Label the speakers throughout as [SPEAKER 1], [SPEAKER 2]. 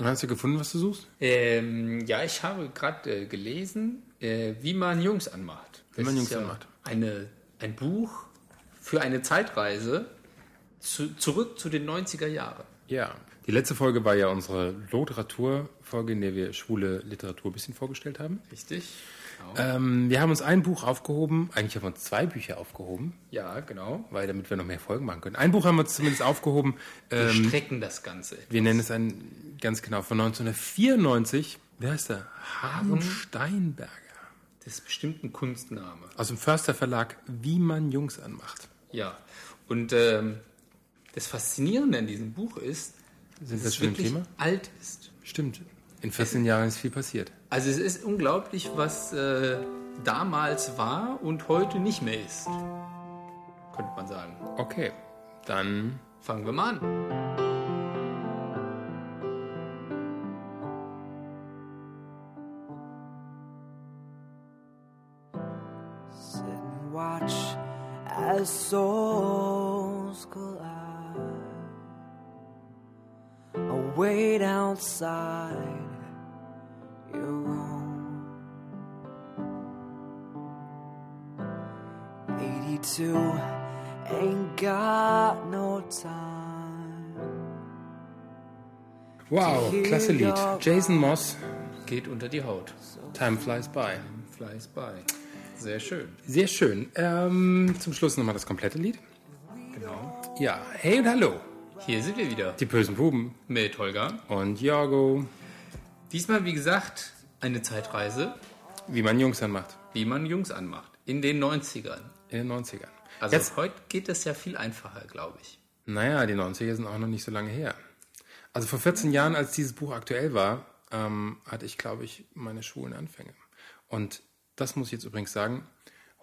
[SPEAKER 1] Hast du gefunden, was du suchst?
[SPEAKER 2] Ähm, ja, ich habe gerade äh, gelesen, äh, wie man Jungs anmacht.
[SPEAKER 1] Wie man
[SPEAKER 2] ist
[SPEAKER 1] Jungs
[SPEAKER 2] ja
[SPEAKER 1] anmacht.
[SPEAKER 2] Eine, ein Buch für eine Zeitreise zu, zurück zu den 90er Jahren.
[SPEAKER 1] Ja. Die letzte Folge war ja unsere Literaturfolge, in der wir schwule Literatur ein bisschen vorgestellt haben.
[SPEAKER 2] Richtig?
[SPEAKER 1] Ähm, wir haben uns ein Buch aufgehoben, eigentlich haben wir uns zwei Bücher aufgehoben,
[SPEAKER 2] Ja, genau.
[SPEAKER 1] weil damit wir noch mehr Folgen machen können. Ein Buch haben wir uns zumindest aufgehoben.
[SPEAKER 2] Wir
[SPEAKER 1] Ähm,
[SPEAKER 2] strecken das Ganze.
[SPEAKER 1] wir nennen es ein ganz genau von 1994. Wer heißt der? Harun Steinberger.
[SPEAKER 2] Das ist bestimmt ein Kunstname.
[SPEAKER 1] Aus dem Förster Verlag, wie man Jungs anmacht.
[SPEAKER 2] Ja. Und ähm, das Faszinierende an diesem Buch ist,
[SPEAKER 1] Sind
[SPEAKER 2] dass
[SPEAKER 1] wir
[SPEAKER 2] es
[SPEAKER 1] schon im
[SPEAKER 2] wirklich
[SPEAKER 1] Thema?
[SPEAKER 2] alt ist.
[SPEAKER 1] Stimmt. In 14 Jahren ist viel passiert.
[SPEAKER 2] Also es ist unglaublich, was äh, damals war und heute nicht mehr ist. Könnte man sagen.
[SPEAKER 1] Okay, dann
[SPEAKER 2] Fangen wir mal an.
[SPEAKER 3] Sit and watch as souls collide. I wait outside your room. 82 ain't got no time.
[SPEAKER 1] Wow, klasse Lied. Jason Moss,
[SPEAKER 2] Geht unter die Haut.
[SPEAKER 1] Time Flies By.
[SPEAKER 2] Flies by. Sehr schön.
[SPEAKER 1] Sehr schön. Ähm, zum Schluss nochmal das komplette Lied.
[SPEAKER 2] Genau.
[SPEAKER 1] Ja, hey und hallo,
[SPEAKER 2] Hier sind wir wieder
[SPEAKER 1] die bösen Buben
[SPEAKER 2] mit Holger.
[SPEAKER 1] und Jorgo,
[SPEAKER 2] Diesmal, wie gesagt, eine Zeitreise,
[SPEAKER 1] wie man Jungs anmacht
[SPEAKER 2] wie man Jungs anmacht. In den 90ern.
[SPEAKER 1] in den 90ern.
[SPEAKER 2] Also
[SPEAKER 1] Jetzt,
[SPEAKER 2] heute geht das ja viel einfacher, glaube ich.
[SPEAKER 1] naja, die 90er sind auch noch nicht so lange her. Also vor 14 Jahren, als dieses Buch aktuell war, ähm, hatte ich, glaube ich, meine schwulen Anfänge. Und das muss ich jetzt übrigens sagen,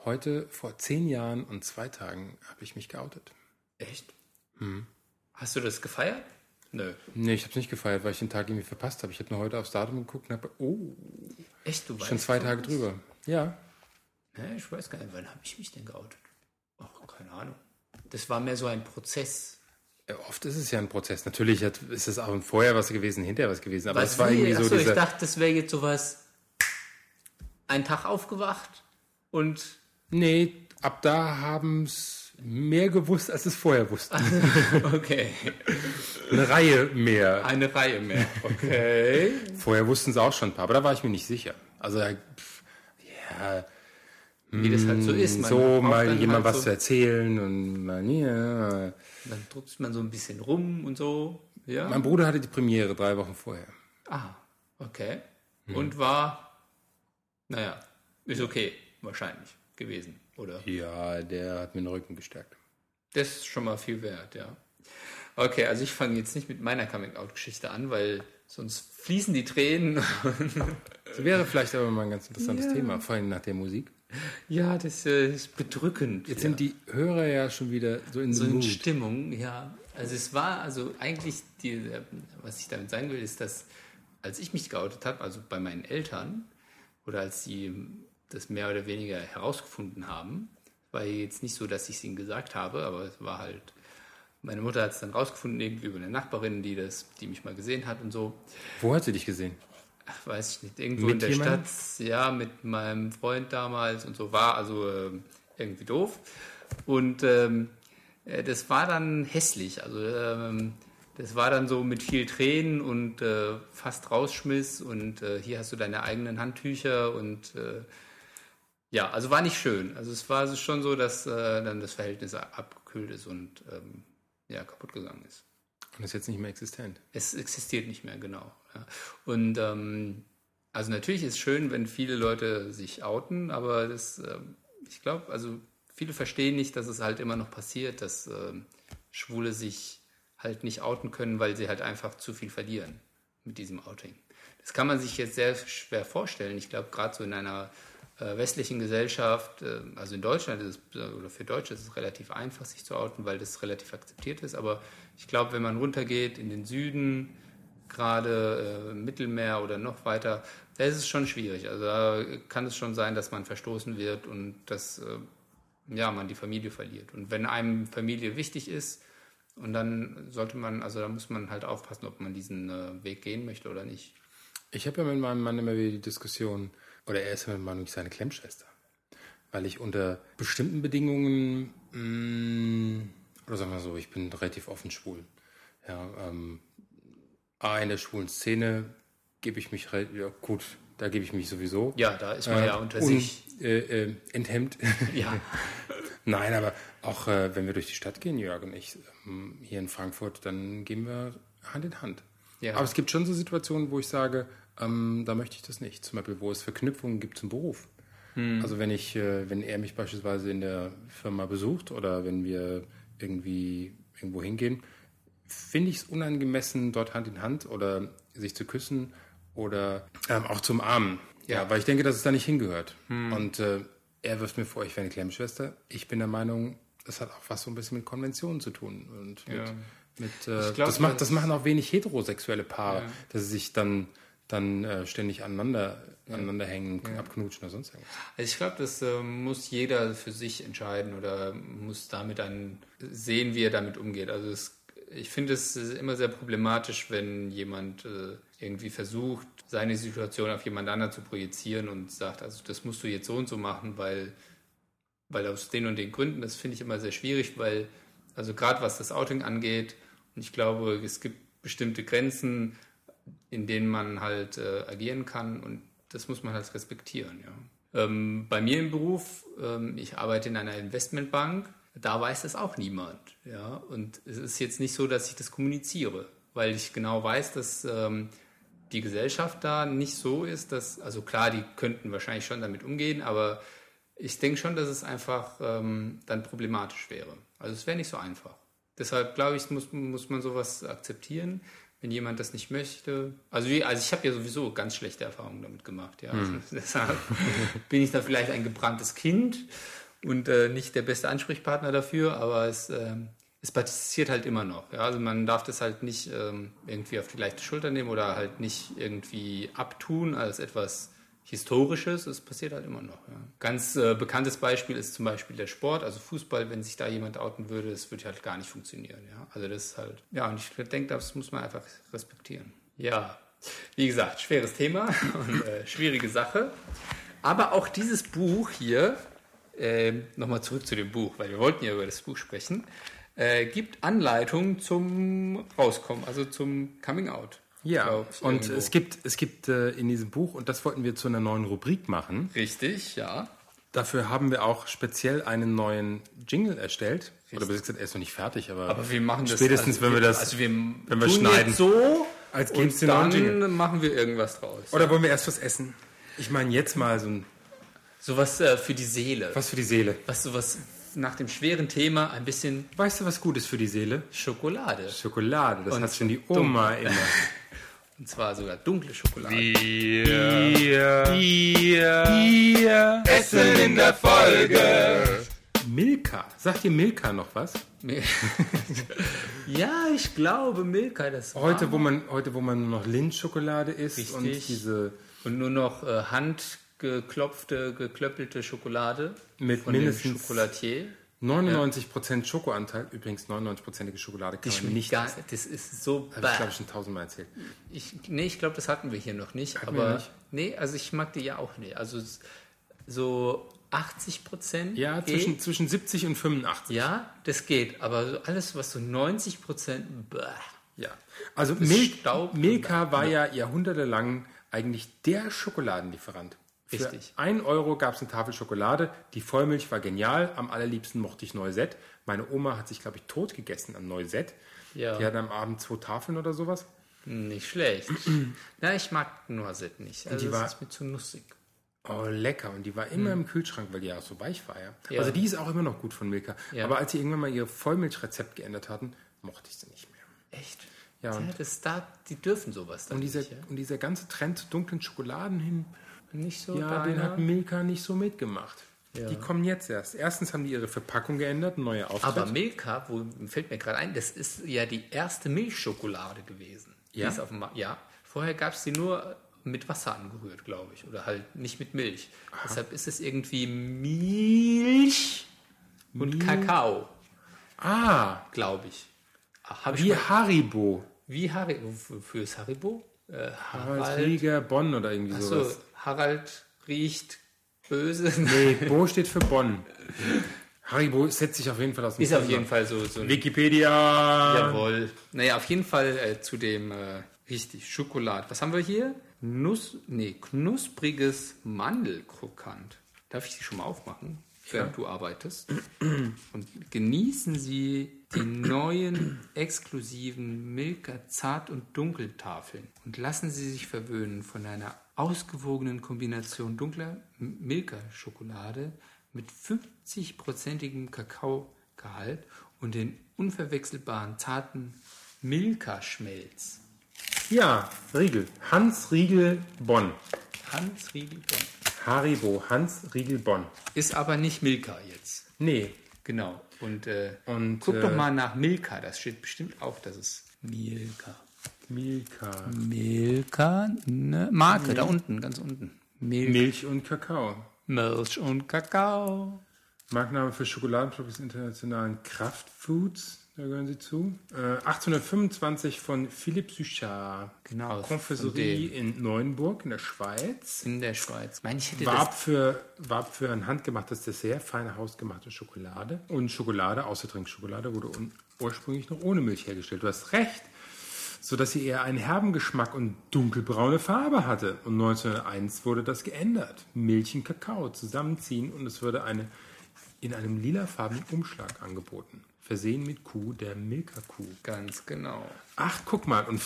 [SPEAKER 1] heute vor 10 Jahren und zwei Tagen habe ich mich geoutet.
[SPEAKER 2] Echt?
[SPEAKER 1] Hm.
[SPEAKER 2] Hast du das gefeiert? Nö.
[SPEAKER 1] Nee, ich habe es nicht gefeiert, weil ich den Tag irgendwie verpasst habe. Ich habe nur heute aufs Datum geguckt und habe, oh,
[SPEAKER 2] Echt, du weißt
[SPEAKER 1] schon zwei
[SPEAKER 2] so
[SPEAKER 1] Tage
[SPEAKER 2] was?
[SPEAKER 1] drüber. Ja,
[SPEAKER 2] Ne, ich weiß gar nicht, wann habe ich mich denn geoutet? Ach, keine Ahnung. Das war mehr so ein Prozess.
[SPEAKER 1] Äh, Oft ist es ja ein Prozess. Natürlich hat, ist es auch vorher was gewesen, hinterher was gewesen. Aber
[SPEAKER 2] Was
[SPEAKER 1] es war
[SPEAKER 2] wie?
[SPEAKER 1] irgendwie so
[SPEAKER 2] Achso, ich
[SPEAKER 1] dieser.
[SPEAKER 2] dachte, das wäre jetzt sowas. Ein Tag aufgewacht und
[SPEAKER 1] Nee, ab da haben es mehr gewusst, als es vorher wussten.
[SPEAKER 2] okay,
[SPEAKER 1] Eine Reihe mehr.
[SPEAKER 2] eine Reihe mehr. Okay.
[SPEAKER 1] Vorher wussten es auch schon ein paar, aber da war ich mir nicht sicher. Also, da- pff, ja,
[SPEAKER 2] Wie das halt so ist. Man
[SPEAKER 1] Hm, so
[SPEAKER 2] braucht
[SPEAKER 1] mal
[SPEAKER 2] dann
[SPEAKER 1] jemand was
[SPEAKER 2] halt so,
[SPEAKER 1] zu erzählen und man, ja.
[SPEAKER 2] Dann druckst man so ein bisschen rum und so. Ja.
[SPEAKER 1] Mein Bruder hatte die Premiere drei Wochen vorher.
[SPEAKER 2] ah, okay.
[SPEAKER 1] Hm.
[SPEAKER 2] Und war, naja, ist okay, wahrscheinlich gewesen, oder?
[SPEAKER 1] Ja, der hat mir den Rücken gestärkt.
[SPEAKER 2] Das ist schon mal viel wert, ja. Okay, also ich fange jetzt nicht mit meiner Coming-out-Geschichte an, weil sonst fließen die Tränen.
[SPEAKER 1] Das wäre vielleicht aber mal ein ganz interessantes Thema, vor allem nach der Musik.
[SPEAKER 2] ja, das äh, ist bedrückend.
[SPEAKER 1] Jetzt
[SPEAKER 2] ja.
[SPEAKER 1] sind die Hörer ja schon wieder so in
[SPEAKER 2] so
[SPEAKER 1] so
[SPEAKER 2] eine
[SPEAKER 1] Mood.
[SPEAKER 2] Stimmung, ja. Also es war, also eigentlich, die, was ich damit sagen will, ist, dass als ich mich geoutet habe, also bei meinen Eltern, oder als sie das mehr oder weniger herausgefunden haben, war jetzt nicht so, dass ich es ihnen gesagt habe, aber es war halt, meine Mutter hat es dann rausgefunden, irgendwie über eine Nachbarin, die das, die mich mal gesehen hat und so.
[SPEAKER 1] Wo hat sie dich gesehen?
[SPEAKER 2] ach, weiß ich nicht, irgendwo
[SPEAKER 1] Mit
[SPEAKER 2] in der
[SPEAKER 1] jemandem?
[SPEAKER 2] Stadt, ja, mit meinem Freund damals und so war, also ähm, irgendwie doof. Und ähm, äh, das war dann hässlich, also ähm, das war dann so mit viel Tränen und äh, fast rausschmiss und äh, hier hast du deine eigenen Handtücher und äh, ja, also war nicht schön. Also es war schon so, dass äh, dann das Verhältnis abgekühlt ist und ähm, ja, kaputt gegangen ist.
[SPEAKER 1] Und ist jetzt nicht mehr existent.
[SPEAKER 2] Es existiert nicht mehr, genau. Ja. Und ähm, also natürlich ist es schön, wenn viele Leute sich outen, aber das, ähm, ich glaube, also viele verstehen nicht, dass es halt immer noch passiert, dass ähm, Schwule sich halt nicht outen können, weil sie halt einfach zu viel verlieren mit diesem Outing. Das kann man sich jetzt sehr schwer vorstellen. Ich glaube, gerade so in einer äh, westlichen Gesellschaft, äh, also in Deutschland ist es, äh, oder für Deutsche ist es relativ einfach, sich zu outen, weil das relativ akzeptiert ist. Aber ich glaube, wenn man runtergeht in den Süden, gerade äh, im Mittelmeer oder noch weiter, da ist es schon schwierig. Also da kann es schon sein, dass man verstoßen wird und dass äh, ja, man die Familie verliert. Und wenn einem Familie wichtig ist, Und dann sollte man, also da muss man halt aufpassen, ob man diesen äh, Weg gehen möchte oder nicht.
[SPEAKER 1] Ich habe ja mit meinem Mann immer wieder die Diskussion, oder er ist ja mit meinem Mann nicht seine Klemmschwester. Weil ich unter bestimmten Bedingungen, mh, oder sagen wir so, ich bin relativ offen schwul. Ja, ähm, A, in der schwulen Szene gebe ich mich, re- ja gut, da gebe ich mich sowieso.
[SPEAKER 2] Ja, da ist man ja unter
[SPEAKER 1] Äh, und,
[SPEAKER 2] sich.
[SPEAKER 1] Äh, äh, enthemmt.
[SPEAKER 2] Ja.
[SPEAKER 1] Nein, aber auch äh, wenn wir durch die Stadt gehen, Jörg und ich, ähm, hier in Frankfurt, dann gehen wir Hand in Hand.
[SPEAKER 2] Ja.
[SPEAKER 1] Aber es gibt schon so Situationen, wo ich sage, ähm, da möchte ich das nicht. Zum Beispiel, wo es Verknüpfungen gibt zum Beruf.
[SPEAKER 2] Hm.
[SPEAKER 1] Also wenn ich, äh, wenn er mich beispielsweise in der Firma besucht oder wenn wir irgendwie irgendwo hingehen, finde ich es unangemessen, dort Hand in Hand oder sich zu küssen oder ähm, auch zum Armen. Ja,
[SPEAKER 2] Ja. Hm.
[SPEAKER 1] weil ich denke, dass es da nicht hingehört. Und äh, er wirft mir vor, ich wäre eine Klemmschwester. Ich bin der Meinung, das hat auch was so ein bisschen mit Konventionen zu tun. Und mit,
[SPEAKER 2] Ja.
[SPEAKER 1] mit, äh,
[SPEAKER 2] glaub,
[SPEAKER 1] das, macht,
[SPEAKER 2] das-
[SPEAKER 1] das machen auch wenig heterosexuelle Paare, dass sie sich dann, dann äh, ständig aneinander, aneinander hängen, abknutschen oder sonst irgendwas.
[SPEAKER 2] Also ich glaube, das ähm, muss jeder für sich entscheiden oder muss damit dann sehen, wie er damit umgeht. Also es, ich finde es ist immer sehr problematisch, wenn jemand äh, irgendwie versucht, seine Situation auf jemand anderen zu projizieren und sagt, also das musst du jetzt so und so machen, weil, weil aus den und den Gründen, das finde ich immer sehr schwierig, weil, also gerade was das Outing angeht, und ich glaube, es gibt bestimmte Grenzen, in denen man halt äh, agieren kann und das muss man halt respektieren, ja. Ähm, bei mir im Beruf, ähm, ich arbeite in einer Investmentbank, da weiß das auch niemand, ja. Und es ist jetzt nicht so, dass ich das kommuniziere, weil ich genau weiß, dass ähm, die Gesellschaft da nicht so ist, dass, also klar, die könnten wahrscheinlich schon damit umgehen, aber ich denke schon, dass es einfach ähm, dann problematisch wäre. Also es wäre nicht so einfach. Deshalb glaube ich, muss, muss man sowas akzeptieren, wenn jemand das nicht möchte. Also, wie- also ich habe ja sowieso ganz schlechte Erfahrungen damit gemacht. Ja. Also deshalb bin ich da vielleicht ein gebranntes Kind und äh, nicht der beste Ansprechpartner dafür, aber es, ähm, es partizipiert halt immer noch. Ja. Also man darf das halt nicht ähm, irgendwie auf die leichte Schulter nehmen oder halt nicht irgendwie abtun als etwas Historisches, es passiert halt immer noch. Ja. Ganz äh, bekanntes Beispiel ist zum Beispiel der Sport, also Fußball, wenn sich da jemand outen würde, das würde halt gar nicht funktionieren. Ja. Also das ist halt, ja, und ich denke, das muss man einfach respektieren. Ja, wie gesagt, schweres Thema und äh, schwierige Sache. Aber auch dieses Buch hier, ähm, nochmal zurück zu dem Buch, weil wir wollten ja über das Buch sprechen, äh, gibt Anleitung zum Rauskommen, also zum Coming Out.
[SPEAKER 1] Ja,
[SPEAKER 2] Glaub's
[SPEAKER 1] und
[SPEAKER 2] irgendwo.
[SPEAKER 1] es gibt, es gibt äh, in diesem Buch, und das wollten wir zu einer neuen Rubrik machen,
[SPEAKER 2] Richtig, ja.
[SPEAKER 1] dafür haben wir auch speziell einen neuen Jingle erstellt. Oder bis jetzt gesagt, er ist noch nicht fertig, aber,
[SPEAKER 2] Aber wir machen das
[SPEAKER 1] spätestens,
[SPEAKER 2] also
[SPEAKER 1] wenn wir das...
[SPEAKER 2] also wir,
[SPEAKER 1] wenn wir
[SPEAKER 2] tun
[SPEAKER 1] schneiden.
[SPEAKER 2] Jetzt so,
[SPEAKER 1] Als gäb's
[SPEAKER 2] und
[SPEAKER 1] den neuen Jingle.
[SPEAKER 2] dann machen wir irgendwas draus.
[SPEAKER 1] oder wollen wir erst was essen? Ich meine jetzt mal so ein...
[SPEAKER 2] Sowas äh, für die Seele.
[SPEAKER 1] Was für die Seele.
[SPEAKER 2] Was sowas nach dem schweren Thema ein bisschen
[SPEAKER 1] Weißt du, was gut ist für die Seele?
[SPEAKER 2] Schokolade.
[SPEAKER 1] Schokolade, das
[SPEAKER 2] Und
[SPEAKER 1] hat schon die Oma immer.
[SPEAKER 2] Und zwar sogar dunkle Schokolade.
[SPEAKER 1] Essen in der Folge. Milka. Sagt dir Milka noch was?
[SPEAKER 2] ja, ich glaube, Milka, das war.
[SPEAKER 1] Heute, wo man, heute, wo man nur noch Lindschokolade isst und
[SPEAKER 2] Richtig.
[SPEAKER 1] diese
[SPEAKER 2] Und nur noch äh, handgeklopfte, geklöppelte Schokolade.
[SPEAKER 1] Mit
[SPEAKER 2] von dem
[SPEAKER 1] mindestens-
[SPEAKER 2] Schokolatier.
[SPEAKER 1] 99% Schokoanteil, übrigens 99%ige Schokolade kann man nicht
[SPEAKER 2] gar,
[SPEAKER 1] essen.
[SPEAKER 2] das ist so
[SPEAKER 1] Hab
[SPEAKER 2] bäh.
[SPEAKER 1] ich glaube ich schon tausendmal erzählt.
[SPEAKER 2] Ich, nee, ich glaube, das hatten wir hier noch nicht.
[SPEAKER 1] wir
[SPEAKER 2] aber
[SPEAKER 1] nicht?
[SPEAKER 2] nee, also ich mag die ja auch nicht. Also s- so 80 Prozent.
[SPEAKER 1] Ja,
[SPEAKER 2] geht.
[SPEAKER 1] zwischen, zwischen 70 und 85.
[SPEAKER 2] Ja, das geht. Aber so alles, was so 90 Prozent.
[SPEAKER 1] Ja. Also Mil
[SPEAKER 2] Staub-
[SPEAKER 1] Milka war ja jahrhundertelang eigentlich der Schokoladenlieferant. Für
[SPEAKER 2] Richtig.
[SPEAKER 1] 1 Euro gab es eine Tafel Schokolade. Die Vollmilch war genial. Am allerliebsten mochte ich Neusett. Meine Oma hat sich, glaube ich, tot gegessen am Neusett.
[SPEAKER 2] Ja.
[SPEAKER 1] Die hat am Abend zwei Tafeln oder sowas.
[SPEAKER 2] Nicht schlecht. Na, ich mag Noisette nicht. Also
[SPEAKER 1] die
[SPEAKER 2] das
[SPEAKER 1] war-
[SPEAKER 2] ist mir zu nussig.
[SPEAKER 1] Oh, lecker. Und die war immer im Kühlschrank, weil die ja auch so weich war. Ja?
[SPEAKER 2] Mhm. Ja.
[SPEAKER 1] Also die ist auch immer noch gut von Milka.
[SPEAKER 2] Ja.
[SPEAKER 1] Aber als sie irgendwann mal ihr Vollmilchrezept geändert hatten, mochte ich sie nicht mehr.
[SPEAKER 2] Echt?
[SPEAKER 1] Ja,
[SPEAKER 2] Ja,
[SPEAKER 1] und-
[SPEAKER 2] das da, die dürfen sowas dann
[SPEAKER 1] Und dieser,
[SPEAKER 2] nicht. Ja?
[SPEAKER 1] und dieser ganze Trend zu dunklen Schokoladen hin,
[SPEAKER 2] Nicht so
[SPEAKER 1] Ja, den hat Milka nicht so mitgemacht. Die kommen jetzt erst. Erstens haben die ihre Verpackung geändert, neue Auftritt.
[SPEAKER 2] Aber Milka, wo fällt mir gerade ein, das ist ja die erste Milchschokolade gewesen.
[SPEAKER 1] Ja?
[SPEAKER 2] Die ist auf dem Markt. Ja. Vorher gab es die nur mit Wasser angerührt, glaube ich. Oder halt nicht mit Milch. Deshalb ist es irgendwie Milch und Kakao,
[SPEAKER 1] ah,
[SPEAKER 2] glaube ich. Ah, Hab ich
[SPEAKER 1] Wie
[SPEAKER 2] mal-
[SPEAKER 1] Haribo.
[SPEAKER 2] wie Haribo? Wofür ist Haribo? Äh,
[SPEAKER 1] Harald
[SPEAKER 2] Harald.
[SPEAKER 1] Rieger Bonn oder irgendwie
[SPEAKER 2] Achso,
[SPEAKER 1] sowas.
[SPEAKER 2] Harald riecht böse.
[SPEAKER 1] Nee, Bo steht für Bonn. Haribo setzt sich auf jeden Fall aus dem
[SPEAKER 2] ist auf
[SPEAKER 1] Fenster.
[SPEAKER 2] jeden Fall so, so ein
[SPEAKER 1] Wikipedia.
[SPEAKER 2] Jawohl. Naja, auf jeden Fall äh, zu dem äh, richtig Schokolad. Was haben wir hier? Nuss, nee, knuspriges Mandelkrokant. Darf ich die schon mal aufmachen, während du arbeitest? Und genießen Sie die neuen exklusiven Milka Zart- und Dunkeltafeln und lassen Sie sich verwöhnen von einer ausgewogenen Kombination dunkler M- Milka-Schokolade mit 50-prozentigem Kakaogehalt und den unverwechselbaren zarten Milka-Schmelz.
[SPEAKER 1] Ja, Riegel. Hans Riegel Bonn.
[SPEAKER 2] Hans Riegel Bonn.
[SPEAKER 1] Haribo, Hans Riegel Bonn.
[SPEAKER 2] Ist aber nicht Milka jetzt.
[SPEAKER 1] Nee,
[SPEAKER 2] Genau. Und, äh,
[SPEAKER 1] Und,
[SPEAKER 2] guck
[SPEAKER 1] äh,
[SPEAKER 2] doch mal nach Milka. Das steht bestimmt auch, dass es Milka.
[SPEAKER 1] Milka.
[SPEAKER 2] Milka, ne? Marke, da unten, ganz unten. Mil
[SPEAKER 1] Milch und Kakao.
[SPEAKER 2] Milch und Kakao.
[SPEAKER 1] Markenname für Schokoladenprodukte des internationalen Kraftfoods. Da gehören sie zu. Äh, 1825 von Philipp Suchard.
[SPEAKER 2] Genau,
[SPEAKER 1] Konfessorie in Neuenburg in der Schweiz.
[SPEAKER 2] In der Schweiz. Mein, ich hätte
[SPEAKER 1] Warb für, warb für ein handgemachtes Dessert, feine hausgemachte Schokolade. Und Schokolade, außer Trinkschokolade, wurde un- ursprünglich noch ohne Milch hergestellt. Du hast recht, sodass sie eher einen herben Geschmack und dunkelbraune Farbe hatte. Und 1901 wurde das geändert. Milch und Kakao zusammenziehen und es würde eine, in einem lilafarbenen Umschlag angeboten. Versehen mit Kuh, der Milka-Kuh.
[SPEAKER 2] das ganz genau.
[SPEAKER 1] Ach, guck mal, und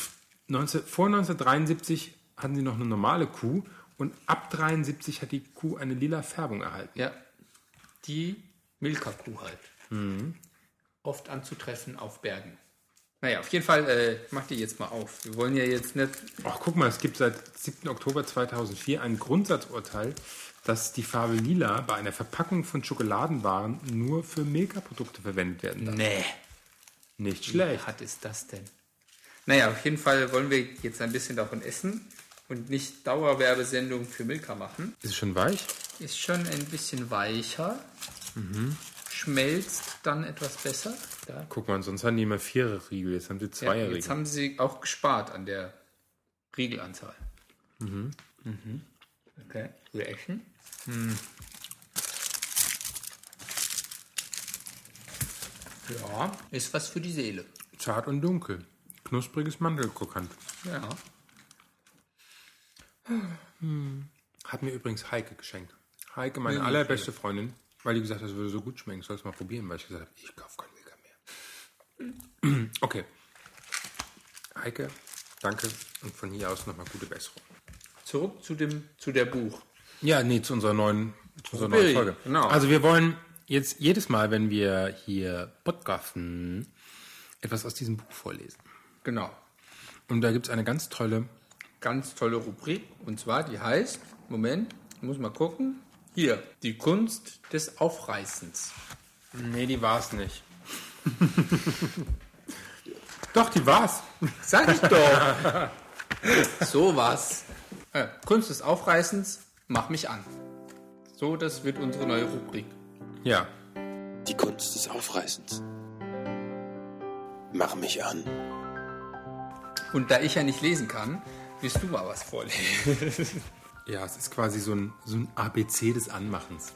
[SPEAKER 1] 19, vor 1973 hatten sie noch eine normale Kuh und ab 73 hat die Kuh eine lila Färbung erhalten.
[SPEAKER 2] Ja. Die Milka-Kuh halt. Oft anzutreffen auf Bergen. Naja, auf jeden Fall, äh, mach die jetzt mal auf. Wir wollen ja jetzt nicht.
[SPEAKER 1] Ach, guck mal, es gibt seit 7. Oktober 2004 ein Grundsatzurteil, dass die Farbe lila bei einer Verpackung von Schokoladenwaren nur für Milka-Produkte verwendet werden darf.
[SPEAKER 2] Nee.
[SPEAKER 1] Nicht schlecht.
[SPEAKER 2] hat ist das denn? Naja, auf jeden Fall wollen wir jetzt ein bisschen davon essen und nicht Dauerwerbesendung für Milka machen.
[SPEAKER 1] Ist es schon weich?
[SPEAKER 2] Ist schon ein bisschen weicher. Schmelzt dann etwas besser. Da.
[SPEAKER 1] Guck mal, sonst hatten die immer Vierer-Riegel, jetzt haben sie
[SPEAKER 2] Ja,
[SPEAKER 1] Zweier-Riegel.
[SPEAKER 2] jetzt haben sie auch gespart an der Riegelanzahl. Mhm. Okay, Reaction. Ja, ist was für die Seele.
[SPEAKER 1] Zart und dunkel. Knuspriges Mandelkrokant.
[SPEAKER 2] Ja.
[SPEAKER 1] Hat mir übrigens Heike geschenkt. Heike, meine allerbeste Freundin, weil die gesagt hat, es würde so gut schmecken, soll es mal probieren, weil ich gesagt habe, ich kaufe keinen Milka mehr. Okay. Heike, danke und von hier aus nochmal gute Besserung.
[SPEAKER 2] Zurück zu dem, zu der Buch.
[SPEAKER 1] Ja, nee, zu unserer neuen, zu unserer
[SPEAKER 2] Bill,
[SPEAKER 1] neuen Folge.
[SPEAKER 2] genau.
[SPEAKER 1] Also wir wollen jetzt jedes Mal, wenn wir hier podcasten, etwas aus diesem Buch vorlesen.
[SPEAKER 2] Genau.
[SPEAKER 1] Und da gibt es eine ganz tolle,
[SPEAKER 2] Ganz tolle Rubrik. Und zwar, die heißt, Moment, muss mal gucken. Hier, die Kunst des Aufreißens.
[SPEAKER 1] nee, die war's nicht. Doch, die war's.
[SPEAKER 2] Sag ich doch. so was. Äh, Kunst des Aufreißens, mach mich an. So, das wird unsere neue Rubrik.
[SPEAKER 1] Ja,
[SPEAKER 4] Die Kunst des Aufreißens. Mach mich an.
[SPEAKER 2] Und da ich ja nicht lesen kann, willst du mal was vorlesen.
[SPEAKER 1] Ja, es ist quasi so ein, so ein ABC des Anmachens.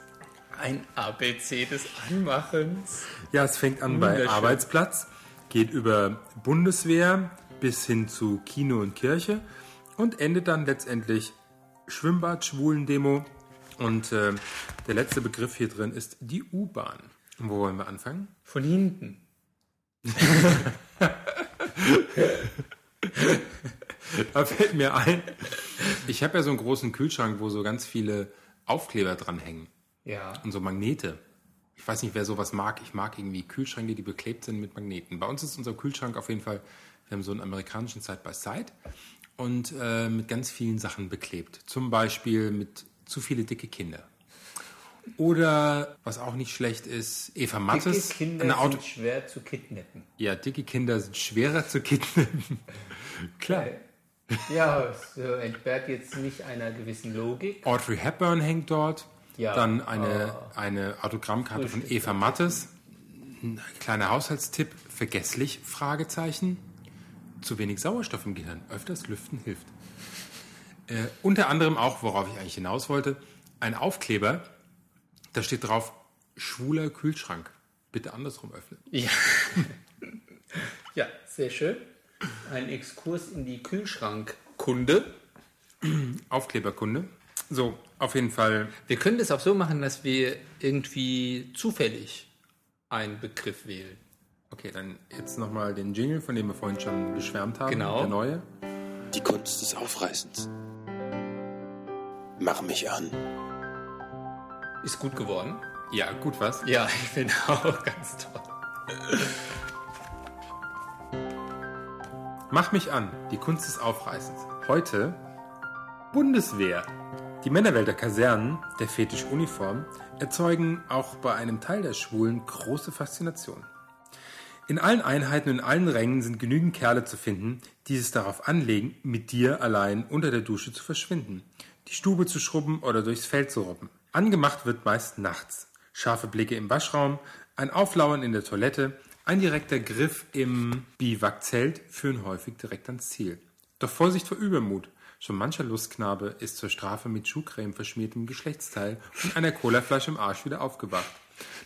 [SPEAKER 2] Ein ABC des Anmachens.
[SPEAKER 1] Ja, es fängt an bei
[SPEAKER 2] Wunderschön.
[SPEAKER 1] Arbeitsplatz, geht über Bundeswehr bis hin zu Kino und Kirche und endet dann letztendlich Schwimmbad, Schwulendemo und äh, der letzte Begriff hier drin ist die U-Bahn. Und Wo wollen wir anfangen?
[SPEAKER 2] Von hinten.
[SPEAKER 1] Da fällt mir ein, ich habe ja so einen großen Kühlschrank, wo so ganz viele Aufkleber dranhängen.
[SPEAKER 2] Ja.
[SPEAKER 1] und so Magnete. Ich weiß nicht, wer sowas mag. Ich mag irgendwie Kühlschränke, die beklebt sind mit Magneten. Bei uns ist unser Kühlschrank auf jeden Fall, wir haben so einen amerikanischen Side-by-Side und äh, mit ganz vielen Sachen beklebt. Zum Beispiel mit zu viele dicke Kinder. Oder, was auch nicht schlecht ist, Eva Mattes. eine Auto
[SPEAKER 2] schwer zu kidnappen.
[SPEAKER 1] ja, dicke Kinder sind schwerer zu kidnappen. Klar.
[SPEAKER 2] Ja, es äh, entbehrt jetzt nicht einer gewissen Logik.
[SPEAKER 1] Audrey Hepburn hängt dort.
[SPEAKER 2] Ja. Ah.
[SPEAKER 1] Dann eine, eine Autogrammkarte von Eva Mattes. Ein kleiner Haushaltstipp. Vergesslich? Fragezeichen. Zu wenig Sauerstoff im Gehirn. Öfters Lüften hilft. Äh, unter anderem auch, worauf ich eigentlich hinaus wollte, ein Aufkleber, da steht drauf, schwuler Kühlschrank. Bitte andersrum öffnen.
[SPEAKER 2] Ja. ja, sehr schön. Ein Exkurs in die Kühlschrankkunde.
[SPEAKER 1] Aufkleberkunde. So, auf jeden Fall.
[SPEAKER 2] Wir können das auch so machen, dass wir irgendwie zufällig einen Begriff wählen.
[SPEAKER 1] Okay, dann jetzt nochmal den Jingle, von dem wir vorhin schon geschwärmt haben.
[SPEAKER 2] Genau.
[SPEAKER 1] Der neue.
[SPEAKER 4] Die Kunst des Aufreißens. Mach mich an.
[SPEAKER 2] Ist gut geworden.
[SPEAKER 1] Ja, gut, was?
[SPEAKER 2] Ja, ich finde auch ganz toll.
[SPEAKER 1] Mach mich an, die Kunst des Aufreißens. Heute Bundeswehr. Die Männerwelt der Kasernen, der Fetisch Uniform, erzeugen auch bei einem Teil der Schwulen große Faszination. In allen Einheiten und in allen Rängen sind genügend Kerle zu finden, die es darauf anlegen, mit dir allein unter der Dusche zu verschwinden, die Stube zu schrubben oder durchs Feld zu robben. Angemacht wird meist nachts. Scharfe Blicke im Waschraum, ein Auflauern in der Toilette, ein direkter Griff im Biwakzelt führen häufig direkt ans Ziel. Doch Vorsicht vor Übermut. Schon mancher Lustknabe ist zur Strafe mit Schuhcreme verschmiertem Geschlechtsteil und einer Colaflasche im Arsch wieder aufgewacht.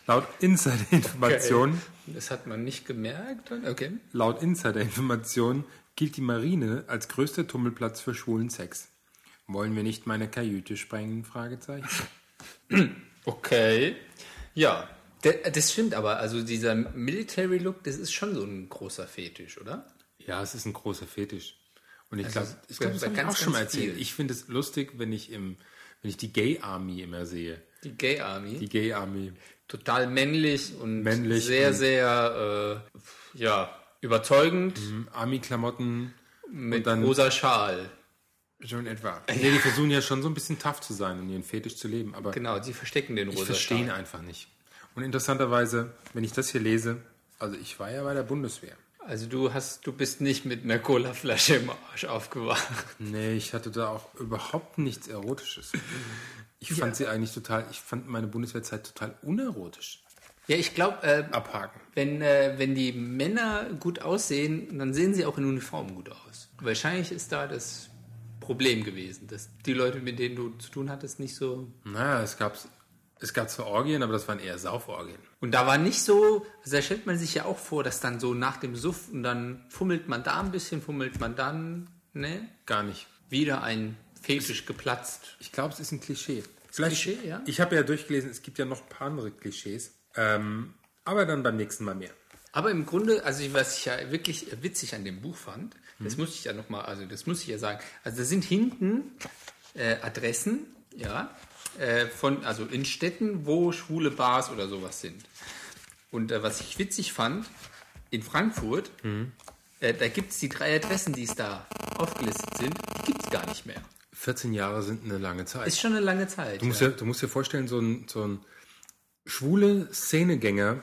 [SPEAKER 1] Laut Insider-Informationen
[SPEAKER 2] Das hat man nicht gemerkt. Okay.
[SPEAKER 1] Laut Insider-Informationen gilt die Marine als größter Tummelplatz für schwulen Sex. Wollen wir nicht meine Kajüte sprengen? Fragezeichen.
[SPEAKER 2] Okay. Ja. Der- Das stimmt aber, also dieser Military Look, das ist schon so ein großer Fetisch, oder?
[SPEAKER 1] Ja, es ist ein großer Fetisch. Und ich glaube, Also, ich
[SPEAKER 2] ja,
[SPEAKER 1] glaub, das
[SPEAKER 2] bei
[SPEAKER 1] habe ich
[SPEAKER 2] ganz,
[SPEAKER 1] auch schon mal
[SPEAKER 2] ganz
[SPEAKER 1] erzählt.
[SPEAKER 2] vielen.
[SPEAKER 1] Ich finde es lustig, wenn ich im, wenn ich die Gay Army immer sehe.
[SPEAKER 2] Die Gay Army.
[SPEAKER 1] Die Gay Army.
[SPEAKER 2] Total männlich und
[SPEAKER 1] Männlich
[SPEAKER 2] sehr,
[SPEAKER 1] und-
[SPEAKER 2] sehr, äh, ja, überzeugend
[SPEAKER 1] Mhm. Army-Klamotten
[SPEAKER 2] mit
[SPEAKER 1] dann-
[SPEAKER 2] rosa Schal.
[SPEAKER 1] schon etwa. Nee, die versuchen ja schon so ein bisschen tough zu sein und ihren Fetisch zu leben. Aber
[SPEAKER 2] Genau, die verstecken den
[SPEAKER 1] Ich
[SPEAKER 2] rosa
[SPEAKER 1] verstehe ihn
[SPEAKER 2] Schal.
[SPEAKER 1] einfach nicht. Und interessanterweise, wenn ich das hier lese, also ich war ja bei der Bundeswehr.
[SPEAKER 2] Also du hast, du bist nicht mit einer Colaflasche im Arsch aufgewacht.
[SPEAKER 1] Nee, ich hatte da auch überhaupt nichts Erotisches. Ich fand sie eigentlich total, ich fand meine Bundeswehrzeit total unerotisch.
[SPEAKER 2] Ja, ich glaube, äh,
[SPEAKER 1] Abhaken.
[SPEAKER 2] wenn, äh, wenn die Männer gut aussehen, dann sehen sie auch in Uniform gut aus. Wahrscheinlich ist da das Problem gewesen, dass die Leute, mit denen du zu tun hattest, nicht so.
[SPEAKER 1] Naja, es gab es gab zwar Orgien, aber das waren eher Sauforgien.
[SPEAKER 2] Und da war nicht so, also da stellt man sich ja auch vor, dass dann so nach dem Suff und dann fummelt man da ein bisschen, fummelt man dann, ne?
[SPEAKER 1] Gar nicht.
[SPEAKER 2] Wieder ein Fetisch geplatzt.
[SPEAKER 1] Ich glaube, es ist ein Klischee. Vielleicht,
[SPEAKER 2] Klischee, ja.
[SPEAKER 1] Ich habe ja durchgelesen, es gibt ja noch ein paar andere Klischees. Ähm, aber dann beim nächsten Mal mehr.
[SPEAKER 2] Aber im Grunde, also ich- was ich ja wirklich witzig an dem Buch fand, das
[SPEAKER 1] Mhm.
[SPEAKER 2] muss ich ja nochmal, also das muss ich ja sagen, also da sind hinten äh, Adressen, ja, äh, von, also in Städten, wo schwule Bars oder sowas sind. Und äh, was ich witzig fand, in Frankfurt,
[SPEAKER 1] Mhm.
[SPEAKER 2] äh, da gibt es die drei Adressen, die es da aufgelistet sind, die gibt es gar nicht mehr.
[SPEAKER 1] 14 Jahre sind eine lange Zeit.
[SPEAKER 2] Ist schon eine lange Zeit.
[SPEAKER 1] Du musst, dir, du musst dir vorstellen, so ein, so ein schwule Szenegänger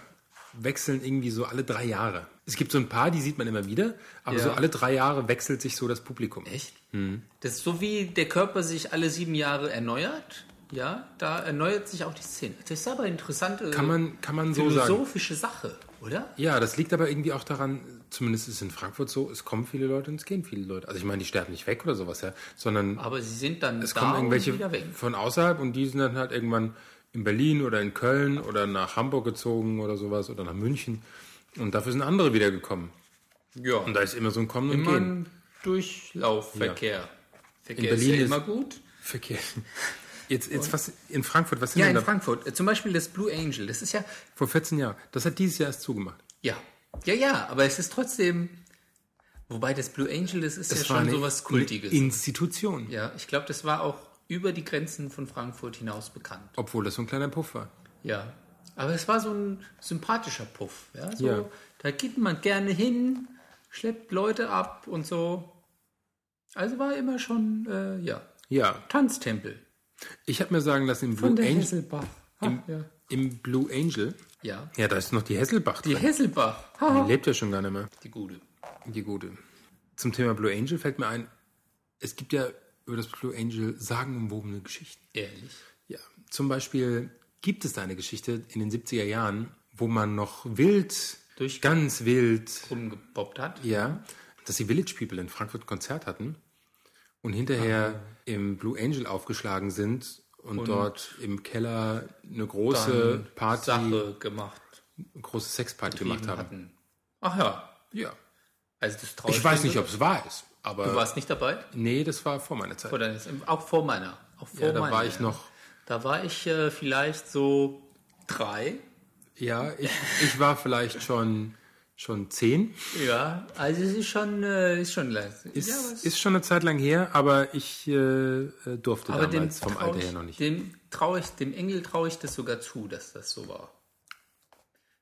[SPEAKER 1] wechseln irgendwie so alle drei Jahre. Es gibt so ein paar, die sieht man immer wieder, aber
[SPEAKER 2] Ja.
[SPEAKER 1] so alle drei Jahre wechselt sich so das Publikum.
[SPEAKER 2] Echt? Das ist so wie der Körper sich alle sieben Jahre erneuert. Ja, da erneuert sich auch die Szene. Das ist aber äh, eine interessante,
[SPEAKER 1] Kann man, kann man so sagen.
[SPEAKER 2] philosophische Sache, oder?
[SPEAKER 1] Ja, das liegt aber irgendwie auch daran, zumindest ist es in Frankfurt so, es kommen viele Leute und es gehen viele Leute. Also ich meine, die sterben nicht weg oder sowas, ja, sondern
[SPEAKER 2] Aber sie sind dann
[SPEAKER 1] es
[SPEAKER 2] da
[SPEAKER 1] kommen
[SPEAKER 2] und wieder weg.
[SPEAKER 1] irgendwelche von außerhalb und die sind dann halt irgendwann in Berlin oder in Köln oder nach Hamburg gezogen oder sowas oder nach München. Und dafür sind andere wieder gekommen.
[SPEAKER 2] Ja,
[SPEAKER 1] Und da ist immer so ein Kommen und
[SPEAKER 2] immer
[SPEAKER 1] Gehen.
[SPEAKER 2] ein Durchlaufverkehr. Verkehr
[SPEAKER 1] In Berlin
[SPEAKER 2] ist ja
[SPEAKER 1] ist-
[SPEAKER 2] immer gut.
[SPEAKER 1] Verkehr. Jetzt, jetzt was in Frankfurt, was sind
[SPEAKER 2] Ja,
[SPEAKER 1] denn
[SPEAKER 2] in
[SPEAKER 1] da?
[SPEAKER 2] Frankfurt. Äh, Zum Beispiel das Blue Angel. Das ist ja,
[SPEAKER 1] vor 14 Jahren. Das hat dieses Jahr erst zugemacht.
[SPEAKER 2] ja, ja, ja, aber es ist trotzdem, wobei das Blue Angel, das ist ja schon sowas Kultiges.
[SPEAKER 1] Institution.
[SPEAKER 2] ja, ich glaube, das war auch über die Grenzen von Frankfurt hinaus bekannt.
[SPEAKER 1] Obwohl das so ein kleiner Puff war.
[SPEAKER 2] Ja. Aber es war so ein sympathischer Puff. Ja? So,
[SPEAKER 1] Ja.
[SPEAKER 2] Da geht man gerne hin, schleppt Leute ab und so. Also war immer schon, äh, ja,
[SPEAKER 1] Ja,
[SPEAKER 2] Tanztempel
[SPEAKER 1] ich habe mir sagen lassen, im
[SPEAKER 2] von
[SPEAKER 1] Blue,
[SPEAKER 2] der
[SPEAKER 1] Angel,
[SPEAKER 2] Hesselbach. Ha, ja.
[SPEAKER 1] im, im Blue Angel,
[SPEAKER 2] ja,
[SPEAKER 1] ja, da ist noch die Hesselbach
[SPEAKER 2] die
[SPEAKER 1] drin.
[SPEAKER 2] Hesselbach.
[SPEAKER 1] Die
[SPEAKER 2] Ha, ha.
[SPEAKER 1] lebt ja schon gar nicht mehr.
[SPEAKER 2] Die gute.
[SPEAKER 1] Die gute. Zum Thema Blue Angel fällt mir ein, es gibt ja über das Blue Angel sagenumwobene Geschichten.
[SPEAKER 2] Ehrlich.
[SPEAKER 1] Ja, zum Beispiel gibt es da eine Geschichte in den 70er Jahren, wo man noch wild
[SPEAKER 2] durch
[SPEAKER 1] ganz wild
[SPEAKER 2] rumgebobbt hat.
[SPEAKER 1] Ja, dass die Village People in Frankfurt ein Konzert hatten und hinterher
[SPEAKER 2] Ah.
[SPEAKER 1] im Blue Angel aufgeschlagen sind und, dort im Keller eine große
[SPEAKER 2] Dann
[SPEAKER 1] Party,
[SPEAKER 2] Sache gemacht
[SPEAKER 1] eine große Sexparty gemacht haben.
[SPEAKER 2] hatten. Ach ja,
[SPEAKER 1] Ja.
[SPEAKER 2] also das traue
[SPEAKER 1] Ich weiß nicht, ob äh, es wahr ist, aber
[SPEAKER 2] Du warst nicht dabei?
[SPEAKER 1] nee, das war vor meiner Zeit.
[SPEAKER 2] Vor deiner- auch vor meiner. Auch vor
[SPEAKER 1] ja, da
[SPEAKER 2] meiner,
[SPEAKER 1] war ich
[SPEAKER 2] ja.
[SPEAKER 1] noch.
[SPEAKER 2] Da war ich äh, vielleicht so drei.
[SPEAKER 1] Ja, ich, ich war vielleicht schon schon zehn.
[SPEAKER 2] Ja, also es ist schon, äh, ist schon lang.
[SPEAKER 1] Ist,
[SPEAKER 2] ja, aber es-
[SPEAKER 1] ist schon eine Zeit lang her, aber ich äh, äh, durfte
[SPEAKER 2] aber dem
[SPEAKER 1] damals vom
[SPEAKER 2] trau
[SPEAKER 1] Alter
[SPEAKER 2] ich,
[SPEAKER 1] her noch nicht.
[SPEAKER 2] Dem traue ich, dem Engel traue ich das sogar zu, dass das so war.